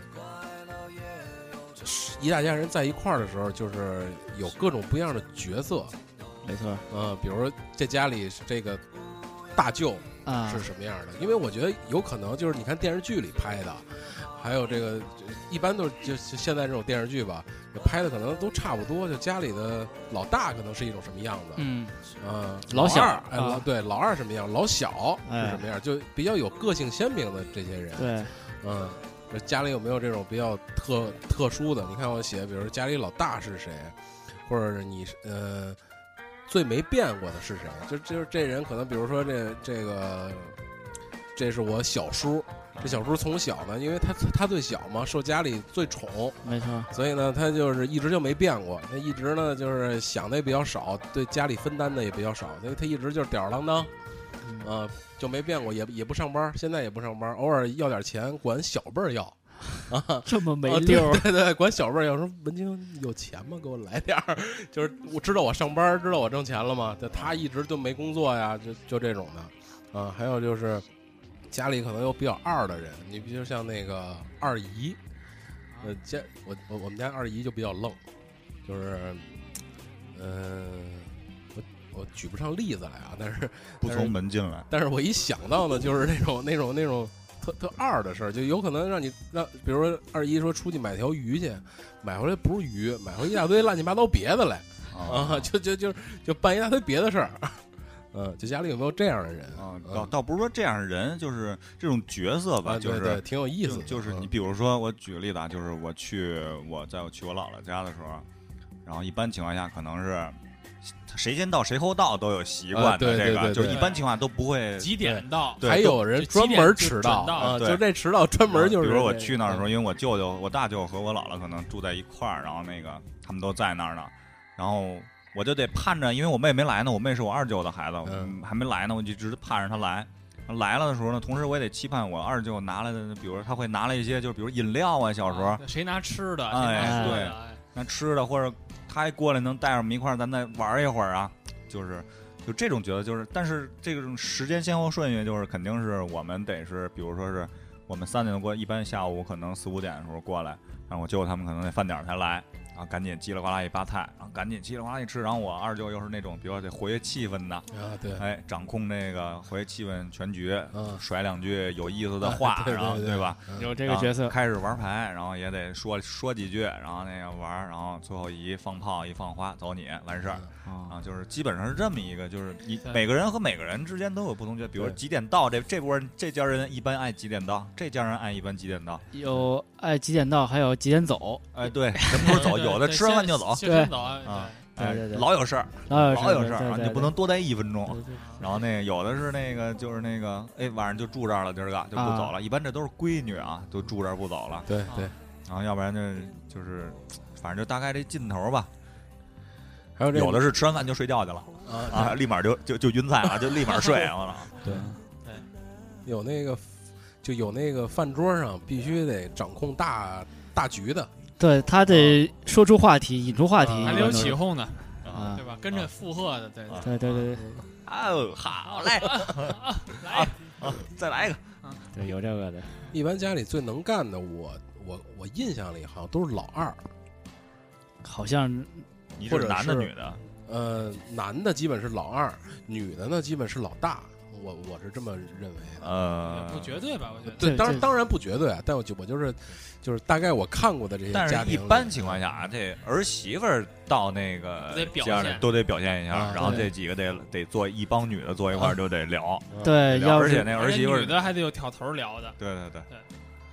一大家人在一块儿的时候，就是有各种不一样的角色。呃没错，嗯，比如这家里是这个大舅啊是什么样的，因为我觉得有可能就是你看电视剧里拍的，还有这个就一般都是就就现在这种电视剧吧，拍的可能都差不多，就家里的老大可能是一种什么样子，嗯，嗯，老小二，哎，啊老对老二什么样，老小是哎什么样，就比较有个性鲜明的这些人，对，嗯，就家里有没有这种比较特特殊的？你看我写，比如说家里老大是谁，或者是你呃最没变过的是谁？就就是这人可能，比如说这这个，这是我小叔，这小叔从小呢，因为他他最小嘛，受家里最宠，没错，所以呢，他就是一直就没变过，他一直呢就是想的也比较少，对家里分担的也比较少，所以他一直就是吊儿郎当，呃，就没变过，也也不上班，现在也不上班，偶尔要点钱管小辈儿要，啊，这么没哦啊溜儿，对 (laughs) 对对，管小辈儿要说文清有钱吗？给我来点儿，就是我知道我上班，知道我挣钱了嘛，就他一直就没工作呀，就就这种的，啊，还有就是家里可能有比较二的人，你比如像那个二姨，呃，家我我我们家二姨就比较愣，就是，嗯、我我举不上例子来啊，但是不但是从门进来，但是我一想到呢，就是那种那种那种特特二的事儿，就有可能让你让，比如说二姨说出去买条鱼去，买回来不是鱼，买回一大堆乱七八糟别的来啊，就就就就办一大堆别的事儿，嗯，就家里有没有这样的人啊，嗯倒倒不是说这样的人，就是这种角色吧，啊？就对是对，挺有意思的，就就是你，嗯比如说，我举个例子啊，就是我去我在我去我姥姥家的时候，然后一般情况下可能是谁先到谁后到都有习惯啊对的，对这对个对就是一般情况下都不会。几点到？对还有人就专几点门就迟准到到啊，对啊就这迟到专门就是呃比如我这嗯去那儿的时候，因为我舅舅、我大舅和我姥姥可能住在一块儿，然后那个他们都在那儿呢，然后我就得盼着，因为我妹没来呢，我妹是我二舅的孩子，嗯还没来呢，我就一直盼着她来。来了的时候呢，同时我也得期盼我二舅拿来的，比如说他会拿来一些，就比如饮料啊，小时候啊谁拿吃的？哎谁拿喝对的哎那吃的，或者他过来能带着我们一块儿，咱再玩一会儿啊，就是就这种觉得就是，但是这种时间先后顺序就是肯定是我们得是，比如说是我们三点过，一般下午可能四五点的时候过来，然后我舅他们可能得饭点儿才来。啊，赶紧叽里呱啦一扒菜，然后赶紧叽里呱啦一吃，然后我二舅又是那种，比如说得活跃气氛的，候啊，对，哎，掌控那个活跃气氛全局，嗯甩两句有意思的话， (laughs) 对然后对吧？？嗯有这个角然后色，开始玩牌，然后也得说说几句，然后那个玩儿，然后最后一放炮一放花，走你完事儿。啊啊，就是基本上是这么一个，就是一对每个人和每个人之间都有不同角，比如对几点到，这这波人这家人一般爱几点到，这家人爱一般几点到。有爱几点到，还有几点走，哎，对，人不是 (laughs) 走，对有的对吃完饭就走，先先走啊啊！对哎对对老有事儿，老有事老儿有事儿，啊，对你对不能啊多待一分钟。对对然后那个有的是那个就是那个，哎，晚上就住这儿了，今儿个就啊不走了。一般这都是闺女啊，都住这儿不走了。对对，然后要不然就就是，反正就大概这劲头吧。还有这个有的是吃完饭就睡觉去了啊啊，立马就就就晕菜了，就立马睡。我操！对，有那个，就有那个饭桌上必须得掌控大大局的，对他得说出话题，引出话题，嗯啊还一得有般都起是哄的，啊对，吧？跟着附和的，对对对对对对哦，好嘞，来，再来一个。对，有这个的，一般家里最能干的我，我我印象里好像都是老二，好像你或是者男的是女的？呃，男的基本是老二，女的呢基本是老大，我我是这么认为的。呃，不绝对吧？我觉得。对，这当然这当然不绝对啊，但我就我就是，就是大概我看过的这些但家是，庭里，一般情况下啊，这儿媳妇儿到那个得表家里现都得表现一下，啊然后对这几个得得坐一帮女的坐一块儿就得聊，对，聊哎要而且是那而儿且媳妇儿女，的还得有挑头聊的，对对对对，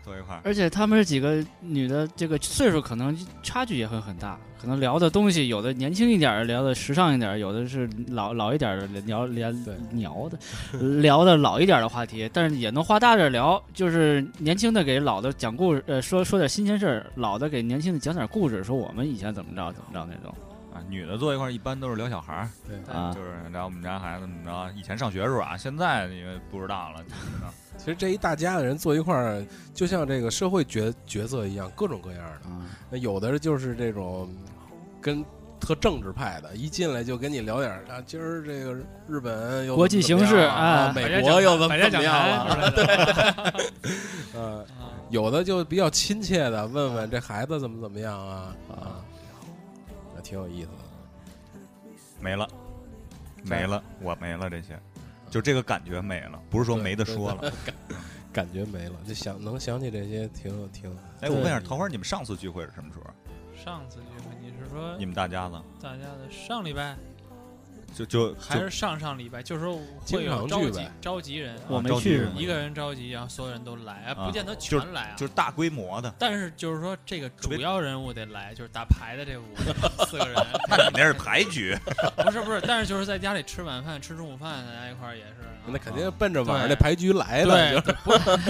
坐一块儿。而且他们这几个女的，这个岁数可能差距也会很大，可能聊的东西有的年轻一点儿聊的时尚一点儿，有的是老老一点儿的聊聊对聊的聊的老一点儿的话题，但是也能话大点儿聊，就是年轻的给老的讲故事，呃，说说点新鲜事儿，老的给年轻的讲点故事，说我们以前怎么着怎么着那种啊，女的坐一块儿一般都是聊小孩儿，对，啊就，是聊我们家孩子怎么着。以前上学的时候啊，现在因为不知道了，其实这一大家的人坐一块儿，就像这个社会角角色一样，各种各样的。啊，那有的就是这种跟特政治派的，一进来就跟你聊点儿啊，今儿这个日本又国际怎么怎么样啊，形势哎美国又怎么百怎家么讲样了？坛之类的，嗯，啊有的就比较亲切的问问这孩子怎么怎么样啊啊，那挺有意思的。没了，没了，我没了这些。就这个感觉没了，不是说没得说了。感觉没了，就想能想起这些挺挺。哎，我问一下，桃花，你们上次聚会是什么时候？上次聚会你是说你们大家子大家的上礼拜就就还就是上上礼拜？就是说会经常有聚召集呗召集人，啊我没着急去是吗一个人召集，然后所有人都来，啊不见得全来啊。就是大规模的，但是就是说这个主别要人物得来，就是打牌的这五个四个 (laughs) 人，那你那是 (laughs) 牌局，不是不是，但是就是在家里吃晚饭、吃中午饭，大家一块儿也是啊。那肯定奔着晚上那对牌局来了，对就，对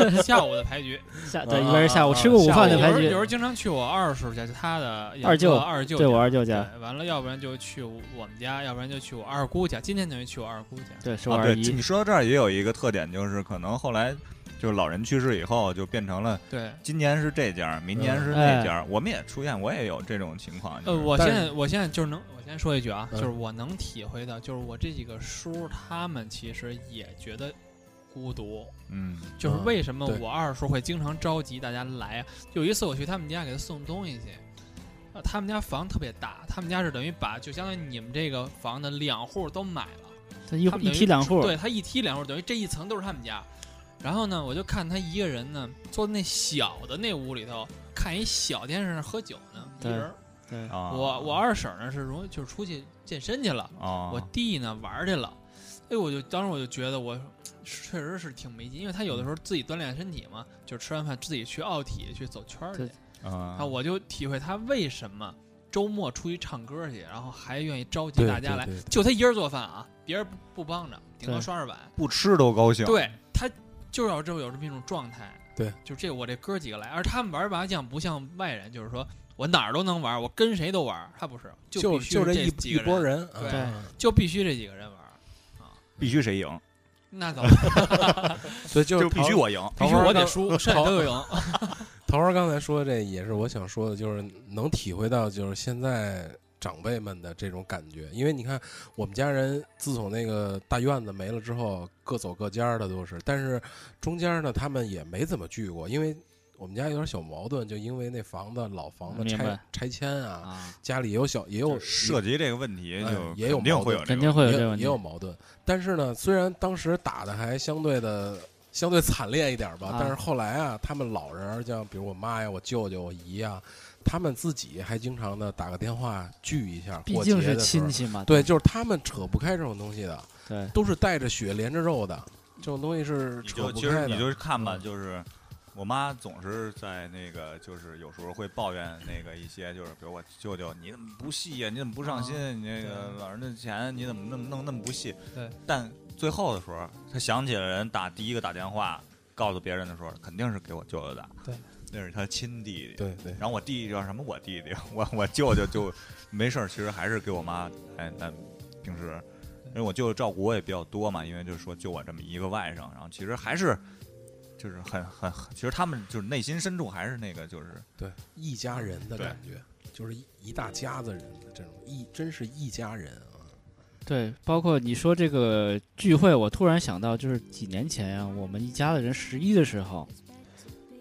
不是 (laughs) 下午的牌 (laughs) 局，下啊对，一般是下午啊吃过午下午饭的有时牌候有局时，候经常去我二叔家，就他的二舅二舅对我家二舅家，对完了，要不然就去我们家，要不然就去我二姑家。今天等于去我二姑家，对，是我啊，二对，姨你。说到这儿也有一个特点，就是可能后来就是老人去世以后，就变成了对。今年是这家，明年是那家。我们也出现，我也有这种情况。就嗯哎呃，是我现但是在我现在就是能，我先说一句啊，嗯就是我能体会到，就是我这几个叔他们其实也觉得孤独，嗯，就是嗯为什么对我二叔会经常召集大家来啊？有一次我去他们家给他送东西去，呃，他们家房特别大，他们家是等于把就相当于你们这个房的两户都买了。他一他们一等于梯两户，对他一梯两户，等于这一层都是他们家。然后呢，我就看他一个人呢，坐那小的那屋里头看一小电视那儿喝酒呢，一对人儿。对啊，我我二婶儿呢是容易就是出去健身去了，啊，我弟呢玩儿去了。哎，我就当时我就觉得我是确实是挺没劲，因为他有的时候嗯自己锻炼身体嘛，就吃完饭自己去奥体去走圈儿去对。啊啊，，我就体会他为什么周末出去唱歌去，然后还愿意召集大家来对对对，就他一人做饭啊，别人不不帮着，顶多对刷刷碗。不吃都高兴。对他就要这么有这么一种状态。对，就这我这哥几个来，而他们玩麻将不像外人，就是说我哪儿都能玩，我跟谁都玩。他不是，就必须就这一几一个波人，人，对啊就必须这几个人玩。必须谁赢，那 (laughs) 怎么办？所以就就是必须桃我赢。必须桃花我得刚 (laughs) 输，剩下都赢。桃花刚才说的这也是我想说的，就是能体会到就是现在长辈们的这种感觉，因为你看我们家人自从那个大院子没了之后，各走各家的都是，但是中间呢他们也没怎么聚过，因为我们家有点小矛盾，就因为那房子老房子明白拆拆迁啊，啊，家里也有小也有涉及这个问题，哎就也有肯定矛会盾有这肯个定会有也这个有问也题。有矛盾，但是呢，虽然当时打的还相对的相对惨烈一点吧，啊但是后来啊，他们老人儿像比如我妈呀、我舅舅、我姨呀，他们自己还经常的打个电话聚一下，毕过竟节是的时亲候。戚嘛。对，就是他们扯不开这种东西的，对，都是带着血连着肉的，这种东西是你扯就不其实开你的。就是看吧，嗯就是我妈总是在那个，就是有时候会抱怨那个一些，就是比如我舅舅，你怎么不细呀、你怎么不啊上心？你那个老人的钱你怎么那么弄那么不细？对。但最后的时候，他想起了人打第一个打电话告诉别人的时候，肯定是给我舅舅打。对。那是他亲弟弟。对对，然后我弟弟叫什么？我弟弟，我我舅舅就没事儿，其实还是给我妈，哎，那平时，因为我舅舅照顾我也比较多嘛，因为就是说就我这么一个外甥，然后其实还是就是很很，很其实他们就是内心深处还是那个就是对，一家人的对感觉，就是一一大家子人的这种一，真是一家人啊。对，包括你说这个聚会，我突然想到，就是几年前呀、我们一家子人十一的时候，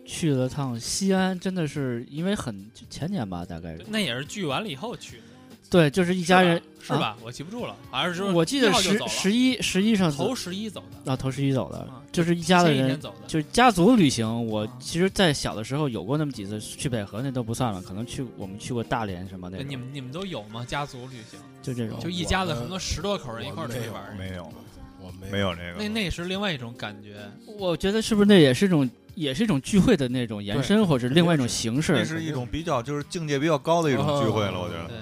去了趟西安，真的是因为很前年吧，大概是那也是聚完了以后去的，对，就是一家人啊是？吧？我记不住了，好像是啊我记得一号就十走了十一十一上头十一走的，啊头十一走的，啊就是一家子前一人天。走的，就是家族旅行，我啊其实，在小的时候有过那么几次，去北河那都不算了，可能去我们去过大连什么那对种，你们你们都有吗？家族旅行就这种就一呃我家子们很多十多口人一我块儿出没去有玩儿去，没有我没没有这那个。那是另外一种感觉。我觉得是不是那也是一种，也是一种聚会的那种延对伸，或者肯另定外一种是形式。那是一种比较就是境界比较高的一种聚会了，我觉得。嗯对。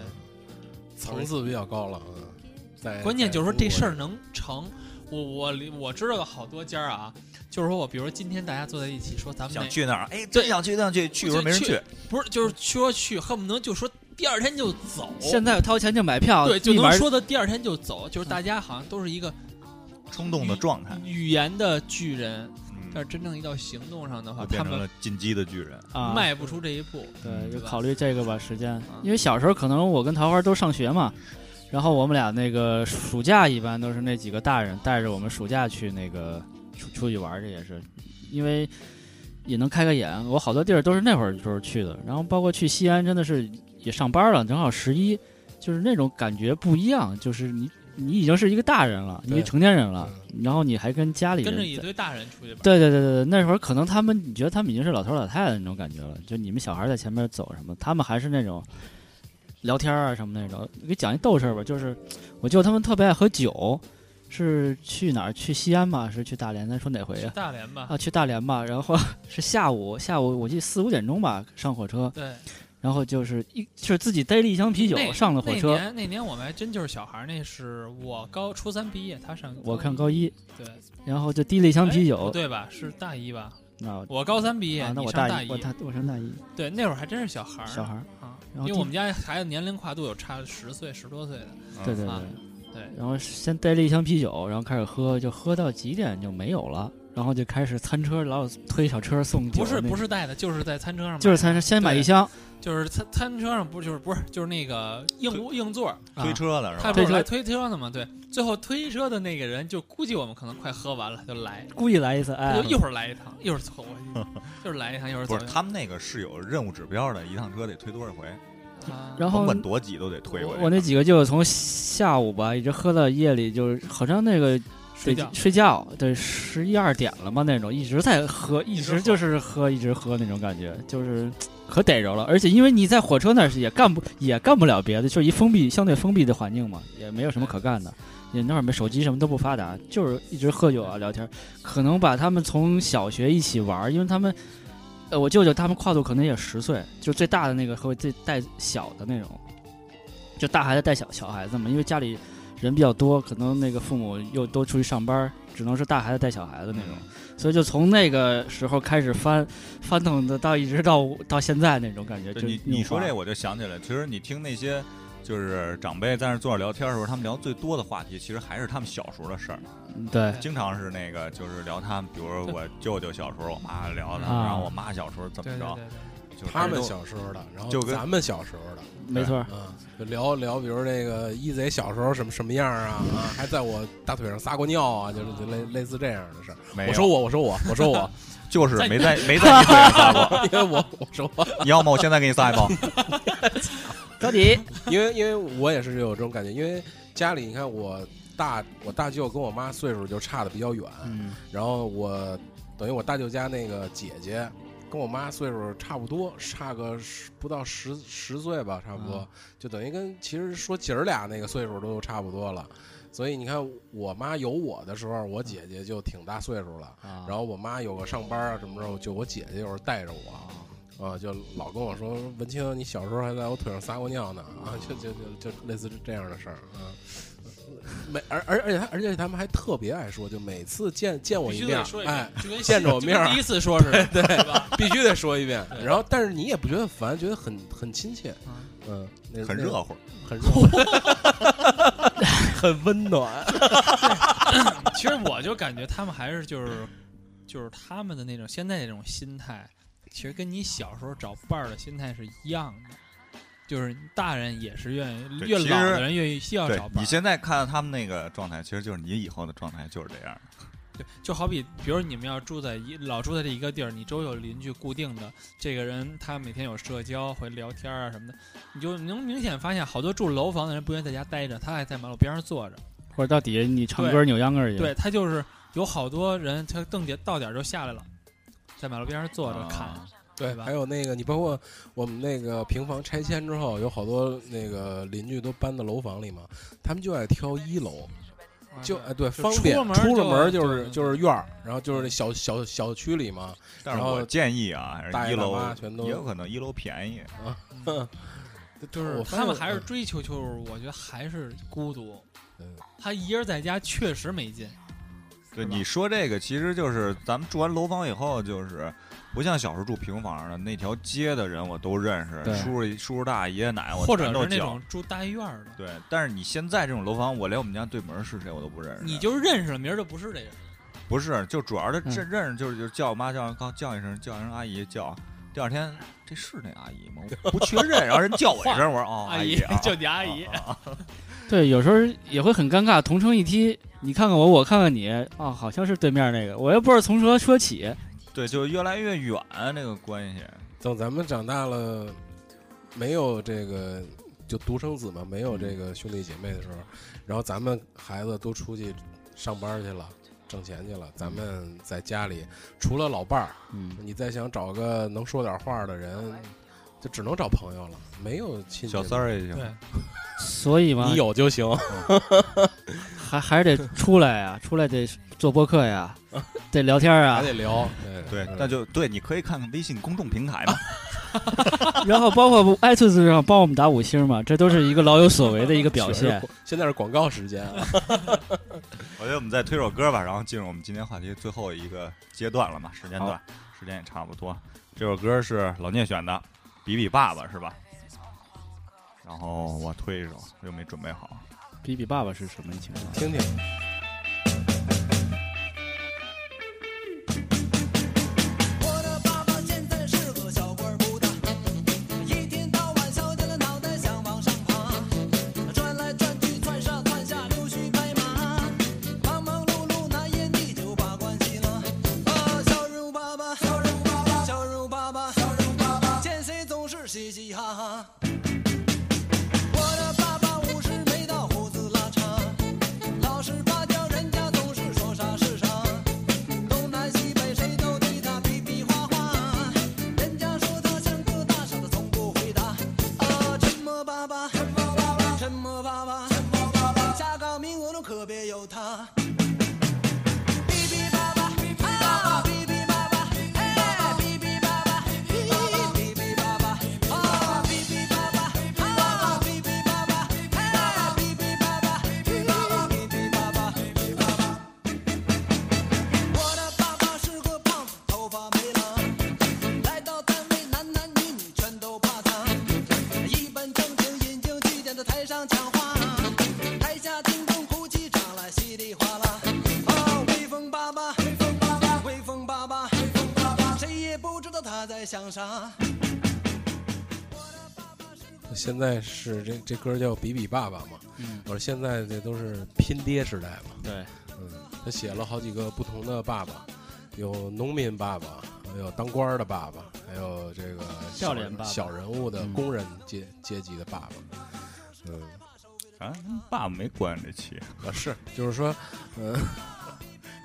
层次比较高了。嗯，哎在关键就是说这事儿呢，能成。我我我知道的好多家儿啊，就是说我比如说今天大家坐在一起说咱们想哪去那儿，哎，真想去，真想去，去的时候没人去，不是就是说去恨不得就说第二天就走，现在嗯掏钱就买票，哦对就立马能说的第二天就走，就是大家好像都是一个冲动的状哎态，语言的巨人，但嗯，是真正一到行动上的话，就他变成们了进击的巨人。啊，迈不出这一步。对，就对吧考虑这个吧，时间嗯。因为小时候可能我跟桃花都上学嘛，然后我们俩那个暑假一般都是那几个大人带着我们暑假去那个出出去玩儿，这也是因为也能开开眼。我好多地儿都是那会儿时候去的，然后包括去西安，真的是也上班了，正好十一，就是那种感觉不一样，就是你你已经是一个大人了，你对成年人了，然后你还跟家里人嗯跟着一在堆大人出去吧。对对对对对，那会儿可能他们，你觉得他们已经是老头老太太那种感觉了，就你们小孩在前面走什么，他们还是那种聊天啊什么那种。给讲一逗事儿吧，就是我舅他们特别爱喝酒，是去哪儿？去西安吧？是去大连？咱说哪回去呀、大连吧。啊，去大连吧。然后 (laughs) 是下午，下午我记得四五点钟吧，上火车，对，然后就是一就是自己逮了一箱啤酒那上了火那车。年那年我们还真就是小孩儿，那是我高初三毕业，他上我看一高一，对然后就提了一箱哎啤不酒。对吧？是大一吧？啊我高三毕业，啊，那你我上大一我，大我上大一，对，那会儿还真是小孩儿，小孩儿。啊，然后因为第我们家孩子年龄跨度有差十岁、十多岁的，对对啊对。对，然后先带了一箱啤酒，然后开始喝，就喝到几点就没有了，然后就开始餐车老有推小车送酒，不是那不，是带的，就是在餐车上买的，就是餐车先买一箱，就是餐餐车上不就是不是就是那个硬对屋硬座儿，啊推车的是吧？他不推是车来推车的吗？对，最后推车的那个人就估计我们可能快喝完了，就来，故意来一次，哎就，一会儿来一趟，一会儿走， (laughs) 就是来一趟，一会儿走不是，一趟。他们那个是有任务指标的，一趟车得推多少回，啊然后甭管多挤都得推哦我过去。我那几个舅从下午吧一直喝到夜里，就是好像那个睡得觉，睡觉，对十一二点了嘛那种，一直在喝，一直直喝就是喝，一直喝那种感觉，就是可逮着了。而且因为你在火车那儿是也干不也干不了别的，就是一封闭相对封闭的环境嘛，也没有什么可干的。也那会儿没手机什么都不发达，就是一直喝酒啊聊天，可能把他们从小学一起玩儿，因为他们。呃，我舅舅他们跨度可能也十岁，就最大的那个和最带小的那种，就大孩子带小小孩子嘛，因为家里人比较多，可能那个父母又都出去上班，只能是大孩子带小孩子那种，嗯所以就从那个时候开始翻翻腾的，到一直到到现在那种感觉。对就你你说这我我就想起来，其实你听那些就是长辈在那坐着聊天的时候，他们聊最多的话题，其实还是他们小时候的事儿。对经常是那个就是聊他们，比如说我舅舅小时候，我妈聊他，啊然后我妈小时候怎对么对着，对对。就是他们小时候的，然就后跟咱们小时候的，没错儿，嗯，就聊聊，比如这个一贼小时候什么什么样啊，啊，还在我大腿上撒过尿啊，就是就类类似这样的事儿。没有我说我，我说 (laughs) 我，我说我，就是没在没在你腿上撒 (laughs) 过，因为我我说我，你要么我现在给你撒一包，到底因为因为我也是有这种感觉，因为家里你看我大我大舅跟我妈岁数就差的比较远，嗯然后我等于我大舅家那个姐姐跟我妈岁数差不多，差个十不到十十岁吧，差不多，啊就等于跟其实说姐儿俩那个岁数都差不多了。所以你看，我妈有我的时候，我姐姐就挺大岁数了。啊然后我妈有个上班啊什么时候，就我姐姐有时候带着我，啊，就老跟我说文清，你小时候还在我腿上撒过尿呢，啊，就就就就类似这样的事儿，啊。每而而而且他而且他们还特别爱说，就每次见见我必一须面得说，一哎遍，，就跟见着我面儿就跟第一次说似的，对吧？必须得说一遍。对然后，但是你也不觉得烦，觉得很很亲切，嗯，那很热，啊乎。那很热乎。很温暖。 (laughs) 其实我就感觉他们还是就是就是他们的那种现在这种心态，其实跟你小时候找伴儿的心态是一样的，就是大人也是愿意对越其老实的人越需要对找伴你儿。现在看到他们那个状态，其实就是你以后的状态就是这样。对，就好比比如你们要住在一老住在这一个地儿，你周围有邻居固定的这个人，他每天有社交会聊天啊什么的，你就能明显发现好多住楼房的人不愿意在家待着，他爱在马路边上坐着。 (laughs) 或者到底你唱歌对扭秧歌儿去，啊对他就是有好多人，他邓姐到点儿就下来了，在马路边上坐着啊看。对哎对吧还有那个，你包括我们那个平房拆迁之后，有好多那个邻居都搬到楼房里嘛，他们就爱挑一楼，就哎对，啊就方出便了门儿出了就嗯门儿就是就就是院儿，然后就是那小小小区里嘛，但是然后我建议啊，还大是爷一大楼妈全都也有可能一楼便宜，就是他们还是追求，就是我觉得还是孤独。嗯他一人在家确实没劲，啊对，是吧你说这个其实就是咱们住完楼房以后，就是不像小时候住平房的那条街的人我都认识对，叔叔叔叔大爷爷奶奶我或者全都是那叫种。住大院儿的，对，但是啊你现在这种楼房，我连我们家对门是谁我都不认识。你就认识了，明儿就不是这人。不是，就主要的嗯认认识就是就是叫我妈叫刚叫一声叫一声阿姨叫，第二天这是那阿姨吗？ (laughs) 我不确认，然后人叫我一声，我说哦阿姨啊 (laughs) ，叫你阿姨，啊啊对，有时候也会很尴尬，同乘一梯，你看看我，我看看你，啊，好像是对面那个，我又不知道从何说起，对，就越来越远这个关系。等咱们长大了，没有这个就独生子嘛，没有嗯这个兄弟姐妹的时候，然后咱们孩子都出去上班去了，挣钱去了，咱们在家里除了老伴儿，嗯，你再想找个能说点话的人，就只能找朋友了，没有亲戚。小三，儿啊也行。对，所以嘛你，有就行。还还是得出 (laughs) 来呀、出来得做播客呀、得聊天还啊，得聊，(laughs) 对对，那就对，你可以看看微信公众平台嘛。然后包括 iTunes 上帮我们打五星嘛，这都是一个老有所为的一个表现。。现在 (laughs) 是广告时间啊，我觉得我们再推首歌吧，然后进入我们今天话题最后一个阶段了嘛，时间段，时间也差不多。这首歌是老聂选的，《比比爸爸》是吧？然后我推一首，我又没准备好。比比爸爸是什么情况？听听。我的爸爸现在是个小官不大，一天到晚削尖了脑袋想往上爬，转来转去窜上窜下溜须拍马，忙忙碌碌拿烟蒂就把关系了。啊，小人物爸爸，小人物爸爸，小人物爸爸，小人物爸爸，见谁总是嘻嘻哈哈。我的爸爸五十没到，胡子拉碴，老实巴交，人家总是说啥是啥。东南西北谁都对他比比划划，人家说他像个大傻子，从不回答。啊，沉默爸爸，沉默爸爸，沉默爸爸，沉默爸爸，下岗名额中可别有他。比比爸爸，比比爸爸，比比爸爸，哎，比比爸爸，比比爸爸，啊，比比爸爸，啊，比比爸爸，哎，比比爸爸，比比爸爸，比比爸爸。我的爸爸是个胖子，头发没了。来到单位，男男女女全都怕他。一本正经引经据典的台上讲话，台下听众哭泣涨来稀里哗啦。哦，威风爸爸，威风爸爸，威风爸爸，威风爸爸，谁也不知道他在想啥。现在是这这歌叫《比比爸爸》嘛，嗯我说现在这都是拼爹时代嘛，对，嗯，他写了好几个不同的爸爸，有农民爸爸，还有当官儿的爸爸，还有这个小笑脸爸爸小人物的嗯工人阶、阶级的爸爸，嗯，啊，跟爸爸没关这期，啊是，就是说，嗯，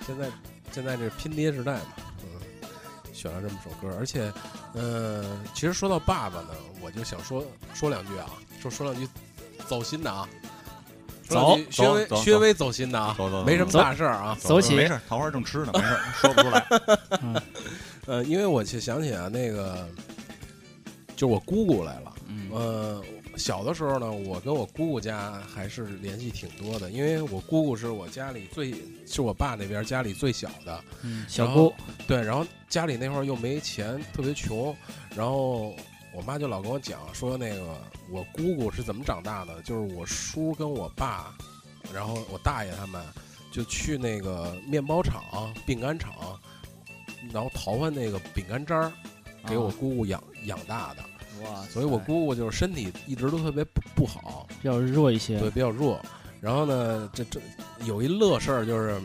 现在现在这是拼爹时代嘛，嗯，选了这么首歌，而且，呃，其实说到爸爸呢，我就想说说两句啊，说说两句走心的啊，说两句走稍微走走稍微走心的啊，走走走没什么大事儿啊，走起没事，桃花正吃呢，没事，说不出来。呃，因为我就想起啊，那个就是我姑姑来了。嗯呃，小的时候呢，我跟我姑姑家还是联系挺多的，因为我姑姑是我家里最，是我爸那边家里最小的。嗯，小然后姑，对，然后家里那会儿又没钱，特别穷，然后我妈就老跟我讲说，那个我姑姑是怎么长大的，就是我叔跟我爸，然后我大爷他们就去那个面包厂、饼干厂，然后淘换那个饼干渣儿给啊我姑姑养、养大的，哇，所以我姑姑就是身体一直都特别不不好，要弱一些，对，比较弱。然后呢，这这有一乐事儿就是，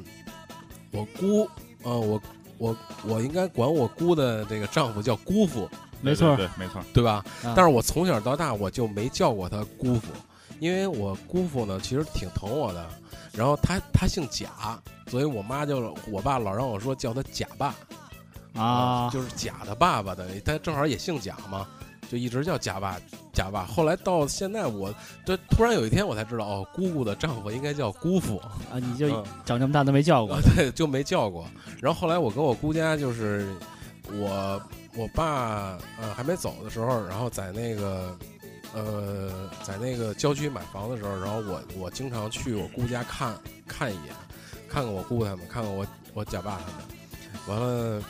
我姑，呃，我我我应该管我姑的这个丈夫叫姑父， (laughs) 没错儿对，对对没错。对吧？啊但是我从小到大我就没叫过他姑父，因为我姑父呢其实挺疼我的，然后他他姓贾，所以我妈就我爸老让我说叫他贾爸啊，就是贾的爸爸的，他正好也姓贾嘛，就一直叫贾爸贾爸。后来到现在我，这突然有一天我才知道，哦，姑姑的丈夫应该叫姑父。啊，你就嗯长这么大都没叫过啊，，对，就没叫过。然后后来我跟我姑家就是我我爸呃还没走的时候，然后在那个呃在那个郊区买房的时候，然后我我经常去我姑家看看一眼，看看我姑他们，看看我我假爸他们。完了，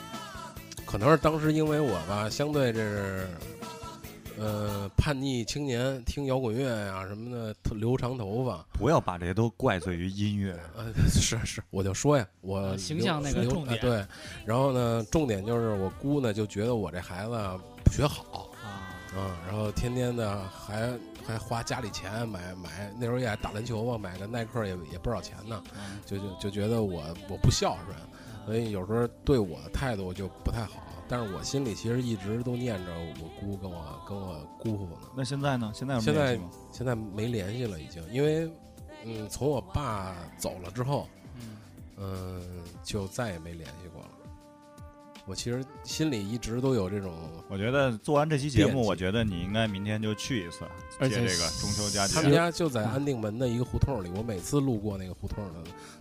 可能是当时因为我吧，相对这是。呃，叛逆青年听摇滚乐呀、什么的，特留长头发，不要把这些都怪罪于音乐，呃，是是，我就说呀，我呃形留象那个留重啊点对，然后呢，重点就是我姑呢就觉得我这孩子不学好，啊，嗯，然后天天的还还花家里钱买买，那时候也爱打篮球嘛，买个耐克也也不少钱呢，嗯就就就觉得我我不孝顺，所以有时候对我的态度就不太好。但是我心里其实一直都念着我姑跟我跟我姑父呢，那现在呢？现在有现在联系吗？现在没联系了，已经，因为，嗯，从我爸走了之后，嗯，嗯、就再也没联系过了。我其实心里一直都有这种，我觉得做完这期节惦目，记我觉得你应该明天就去一次，而借且这个中秋佳他们节。家就在安定门的一个胡同里，我每次路过那个胡同呢，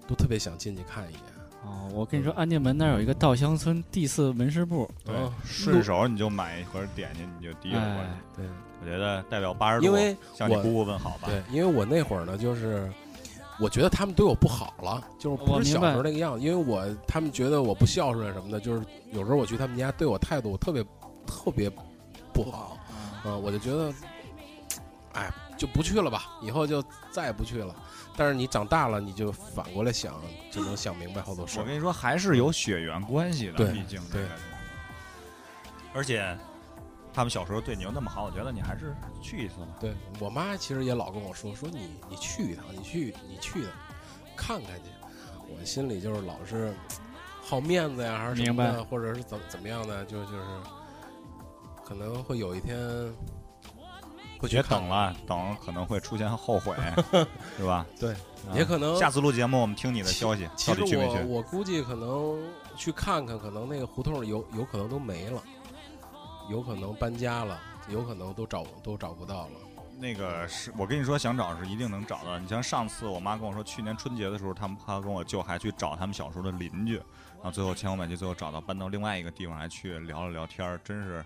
都特别想进去看一眼。哦，我跟你说，安定门那儿有一个稻香村第四门市部，对哦，顺手你就买一盒点心，你就提溜过嗯哎来。，对我觉得代表八十因度为向你我姑姑问好吧。对，因为我那会儿呢，就是我觉得他们对我不好了，就是我不是明小白时候那个样子，因为我他们觉得我不孝顺什么的，就是有时候我去他们家对我态度特别特别不好，啊、嗯我就觉得，哎，就不去了吧，以后就再也不去了。但是你长大了，你就反过来想，就能想明白好多事我儿。跟你说，还是有血缘关系的，对毕竟这对个。而且他们小时候对你又那么好，我觉得你还是去一次吧。对我妈其实也老跟我说，说你你去一趟，你去你去一趟，看看去。我心里就是老是好面子呀，还是什么明白的，或者是怎么怎么样的，就就是可能会有一天会去别看等，了，等可能会出现后 (laughs) 悔，是吧？对啊，也可能下次录节目我们听你的消息，其到底去实没我去？我估计可能去看看，可能那个胡同有有可能都没了，有可能搬家了，有可能都找都找不到了。那个是我跟你说，想找是一定能找到。你像上次我妈跟我说，去年春节的时候，他们她跟我舅还去找他们小时候的邻居，然后最后千方百计，最后找到搬到另外一个地方，还去聊了聊天儿，真是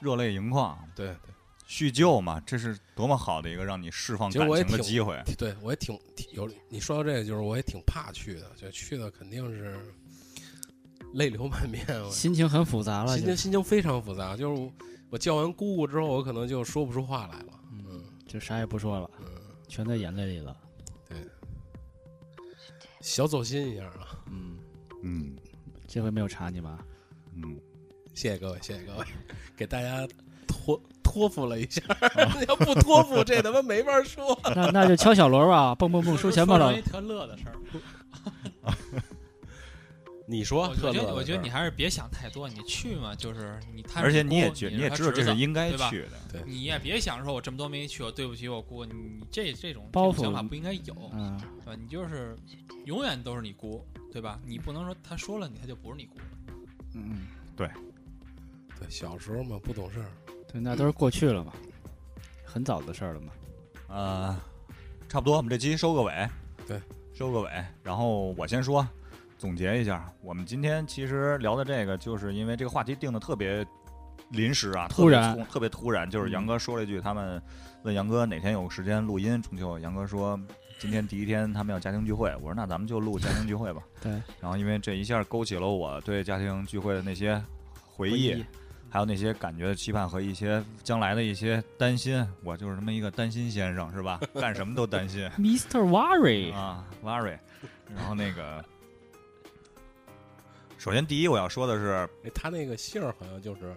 热泪盈眶。对叙旧嘛，这是多么好的一个让你释放其感实我也情的挺机会。对，对我也挺挺有。你说到这个，就是我也挺怕去的，就去的肯定是泪流满面，我心情很复杂了，心就情心情非常复杂。就是我我叫完姑姑之后，我可能就说不出话来了。嗯嗯，就啥也不说了，嗯，全在眼泪里了。小走心一下啊！嗯，嗯这回没有查你吧？嗯，谢谢各位，谢谢各位，给大家托托付了一下，啊 (laughs) 要不托付这他妈没法说。 (laughs) 那那就敲小锣吧，蹦蹦蹦，收钱吧，说老成一特乐 (laughs) 的事儿。你说我特乐觉的事得儿，我觉得你还是别想太多，你去嘛，就是你他是而且你你也姑觉，你你也他知道侄这子是应该对吧去的。你也别想说我这么多没去，我对不起我姑，你这这种包这种袱想法不应该有，嗯，对吧？你就是永远都是你姑，对吧？你不能说他说了你，他就不是你姑了。嗯，对小时候嘛不懂事儿，对，那都是过去了嘛，很早的事儿了嘛。呃，差不多，我们这期收个尾，对，收个尾。然后我先说，总结一下，我们今天其实聊的这个，就是因为这个话题定的特别临时啊，突然特嗯别突特别突然，就是杨哥说了一句，他们问杨哥哪天有时间录音中秋，杨哥说今天第一天他们要家庭聚会，我说那咱们就录家庭聚会吧。对，然后因为这一下勾起了我对家庭聚会的那些回回忆，忆还有那些感觉的期盼和一些将来的一些担心，我就是这么一个担心先生，是吧？干什么都担心，Mr. Worry，啊，worry。然后那个，首先第一我要说的 (laughs) 是哎他那个姓儿好像就是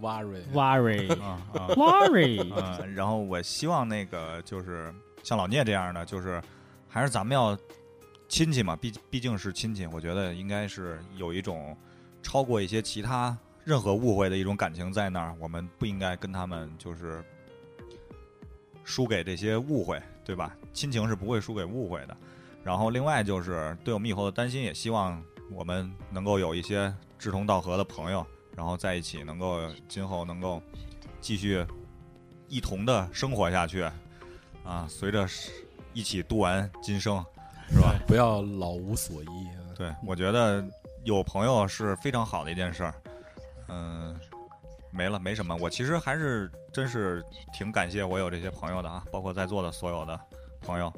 Worry， Worry，Worry，啊啊 (laughs) 啊，然后我希望那个就是像老聂这样的，就是还是咱们要亲戚嘛，毕毕竟是亲戚，我觉得应该是有一种超过一些其他任何误会的一种感情在那儿，我们不应该跟他们就是输给这些误会，对吧？亲情是不会输给误会的。然后另外就是对我们以后的担心，也希望我们能够有一些志同道合的朋友，然后在一起能够今后能够继续一同的生活下去，啊，随着时一起度完今生，是吧？不要老无所依啊。对，我觉得有朋友是非常好的一件事儿。嗯、没了，没什么。我其实还是真是挺感谢我有这些朋友的啊，包括在座的所有的朋友，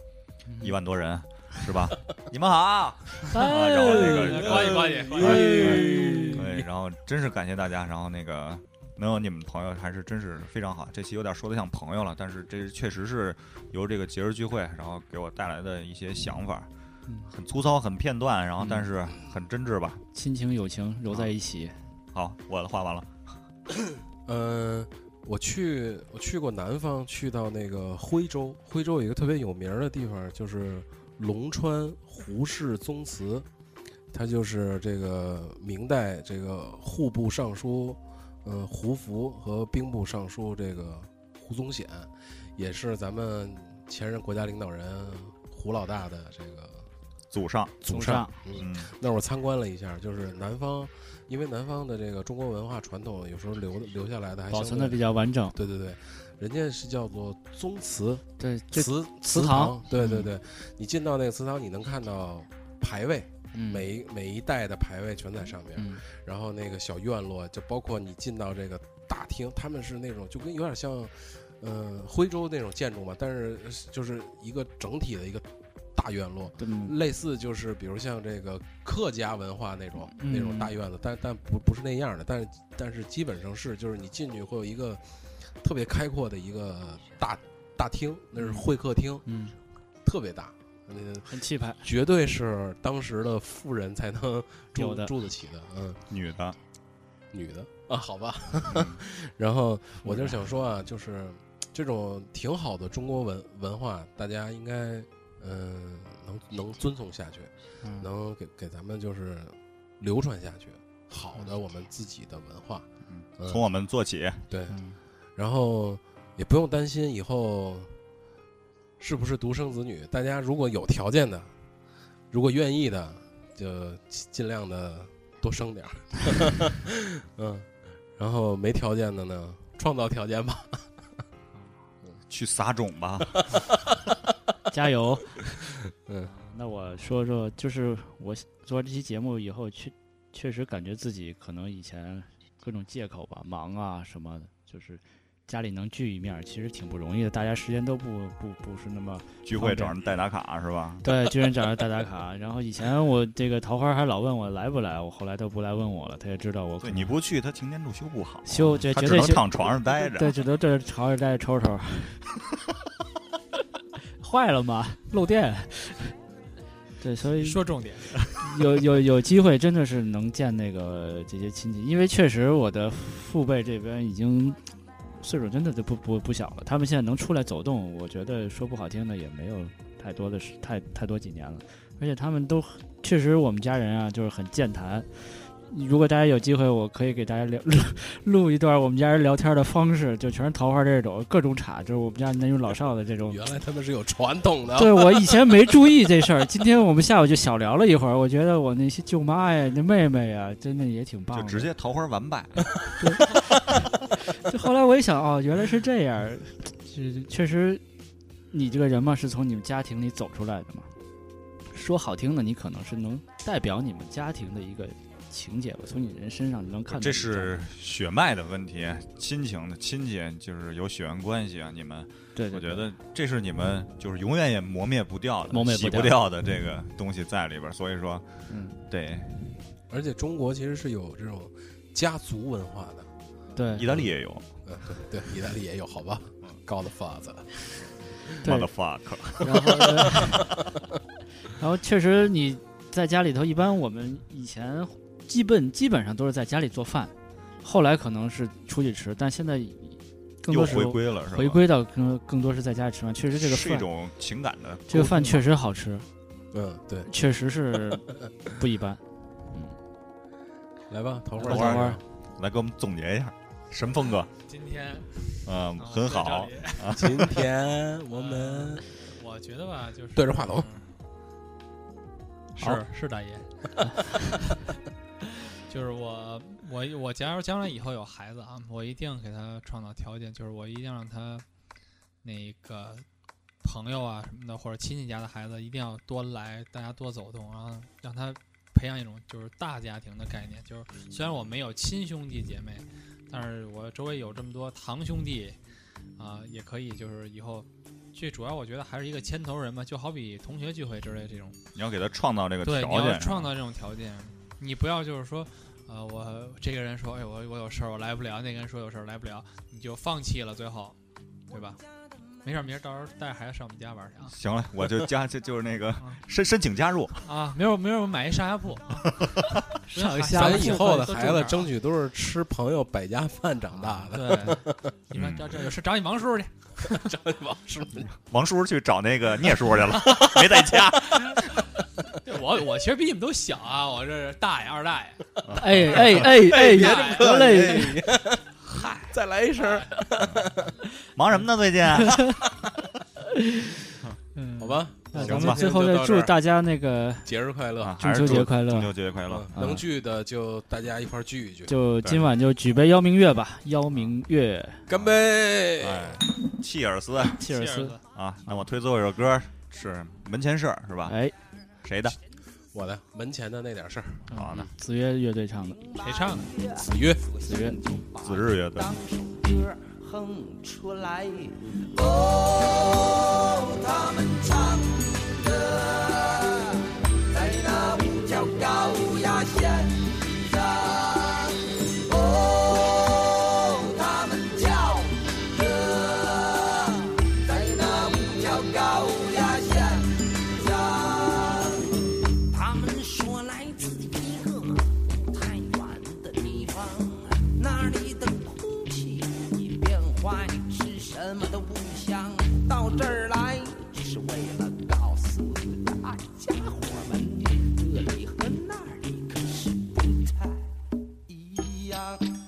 一万多人，是吧？ (laughs) 你们好。啊，然后那个关系关系关系哎嗯对，然后真是感谢大家，然后那个能有你们朋友还是真是非常好。这期有点说的像朋友了，但是这确实是由这个节日聚会，然后给我带来的一些想法嗯，很粗糙，很片段，然后嗯但是很真挚吧。亲情友情揉在一起，啊好，我的话完了。嗯，我去我去过南方，去到那个徽州，徽州有一个特别有名儿的地方，就是龙川胡氏宗祠，他就是这个明代这个户部尚书，呃，胡福和兵部尚书这个胡宗显，也是咱们前任国家领导人胡老大的这个祖上，祖上。嗯， (laughs) 嗯，那我参观了一下，就是南方，因为南方的这个中国文化传统，有时候留留下来的还保相存的对比较完整。对对对，人家是叫做宗祠对，这祠祠堂堂，对嗯对对，你进到那个祠堂，你能看到牌位，嗯每一每一代的牌位全在上面，嗯然后那个小院落，就包括你进到这个大厅，他们是那种就跟有点像，呃，徽州那种建筑嘛，但是呃就是一个整体的一个大院落，对嗯类似就是比如像这个客家文化那种、嗯那种大院子，但但不不是那样的，但是但是基本上是就是你进去会有一个特别开阔的一个大大厅，那是会客厅，嗯，特别大，嗯，很气派。绝对是当时的富人才能住有的住得起的，嗯，女的，女的啊，好吧，嗯然后我就是想说啊，就是这种挺好的中国文文化，大家应该嗯、能能遵从下去。嗯能给给咱们就是流传下去，好的我们自己的文化，嗯嗯从我们做起，对，嗯然后也不用担心以后是不是独生子女，大家如果有条件的，如果愿意的，就尽尽量的多生点儿， (laughs) 嗯，然后没条件的呢，创造条件吧，去撒种吧。加油！啊嗯那我说说，就是我做这期节目以后，确确实感觉自己可能以前各种借口吧，忙啊什么的，就是家里能聚一面儿，其实挺不容易的。大家时间都不不不是那么聚会找人代打卡嗯是吧？对，居然找人打打卡。然后以前我这个桃花还老问我来不来，我后来都不来问我了，他也知道我可对，能你不去，他擎天柱修不好，修这他绝只对能修躺床上待对，着。只能这朝着待着 (laughs) 抽 (laughs) 抽。坏了吗？漏电。 (laughs) 对，所以说重点，有有有机会，真的是能见那个这些亲戚，因为确实我的父辈这边已经岁数真的就不不不小了，他们现在能出来走动，我觉得说不好听的也没有太多的时太太多几年了，而且他们都确实我们家人啊就是很健谈。如果大家有机会，我可以给大家聊 (laughs) 录录一段我们家人聊天的方式，就全是桃花这种各种岔，就是我们家那种老少的这种原来他们是有传统的，对我以前没注意这事儿，今天我们下午就小聊了一会儿，我觉得我那些舅妈呀、那妹妹呀，真的也挺棒就的。直接桃花完败，就后来我一想，哦，原来是这样儿，就是确实，你这个人嘛，是从你们家庭里走出来的嘛。说好听的，你可能是能代表你们家庭的一个情节吧，从你人身上你能看到。这是血脉的问题，亲情的亲戚就是有血缘关系啊。你们，对，对我觉对得这是你们就是永远也磨灭不掉的、磨灭不洗不掉掉的这个东西在里边儿。所以说，嗯，对，而且中国其实是有这种家族文化的。对意大利也有嗯，对对，意大利也有，好吧嗯高的 d f 对 motherfucker， (laughs) 然后，然后确实你在家里头，一般我们以前基本基本上都是在家里做饭，后来可能是出去吃，但现在更又多时回候归了，是吧？回归到更更多是在家里吃饭。确实这个是一饭，种情感的这个饭确实好吃，嗯，对，确实是不一般。来吧，桃花桃儿，花儿先生来给我们总结一下，什么风格？今天嗯，啊很在这好里，今天我们我觉得吧，就是对着话筒嗯好是是大 (laughs) 爷，就是我我我假如将来以后有孩子啊，我一定给他创造条件，就是我一定让他那个朋友啊什么的，或者亲戚家的孩子一定要多来，大家多走动，然后让他培养一种就是大家庭的概念。就是虽然我没有亲兄弟姐妹，但是我周围有这么多堂兄弟啊、也可以就是以后。最主要我觉得还是一个牵头人嘛，就好比同学聚会之类这种，你要给他创造这个条对，件你要是吧，创造这种条件，你不要就是说，呃，我这个人说，哎，我我有事儿，我来不了；那个人说有事儿来不了，你就放弃了，最后，对吧？没事儿，明儿到时候带着孩子上我们家玩去啊行了，我就加，就就是那个嗯申申请加入，啊！明儿我明儿我买一上 (laughs) 下铺，上一下咱铺以后的孩子争取取都是吃朋友百家饭长大的。对， (laughs) 你嗯们这这有事找你王叔去， (laughs) 王叔去找那个聂叔去了，没在家。对我我其实比你们都小啊，我这是大爷二大爷，哎哎哎哎，别这么得嘞，哎 (laughs) 再来一声， (laughs) 忙什么呢？最 (laughs) 近嗯好，吧，那行吧咱们最后再祝大家那个节日快乐，啊中还是秋节祝快乐中秋节快乐嗯！能聚的就大家一块儿聚一聚，啊就今晚就举杯邀明月吧，邀明月，干杯！哎，嗯契尔斯切尔斯，斯，啊，那我推最后一首歌是《门前事儿》，是吧？哎，谁的？我的门前的那点事儿，好的，子曰乐队唱的，谁唱的？啊子曰。子曰。子日乐队。歌哼出来。他们说来自一个不太远的地方，那里的空气一变坏，是什么都不香。到这儿来只是为了告诉大家伙们，这里和那里可是不太一样。哦啊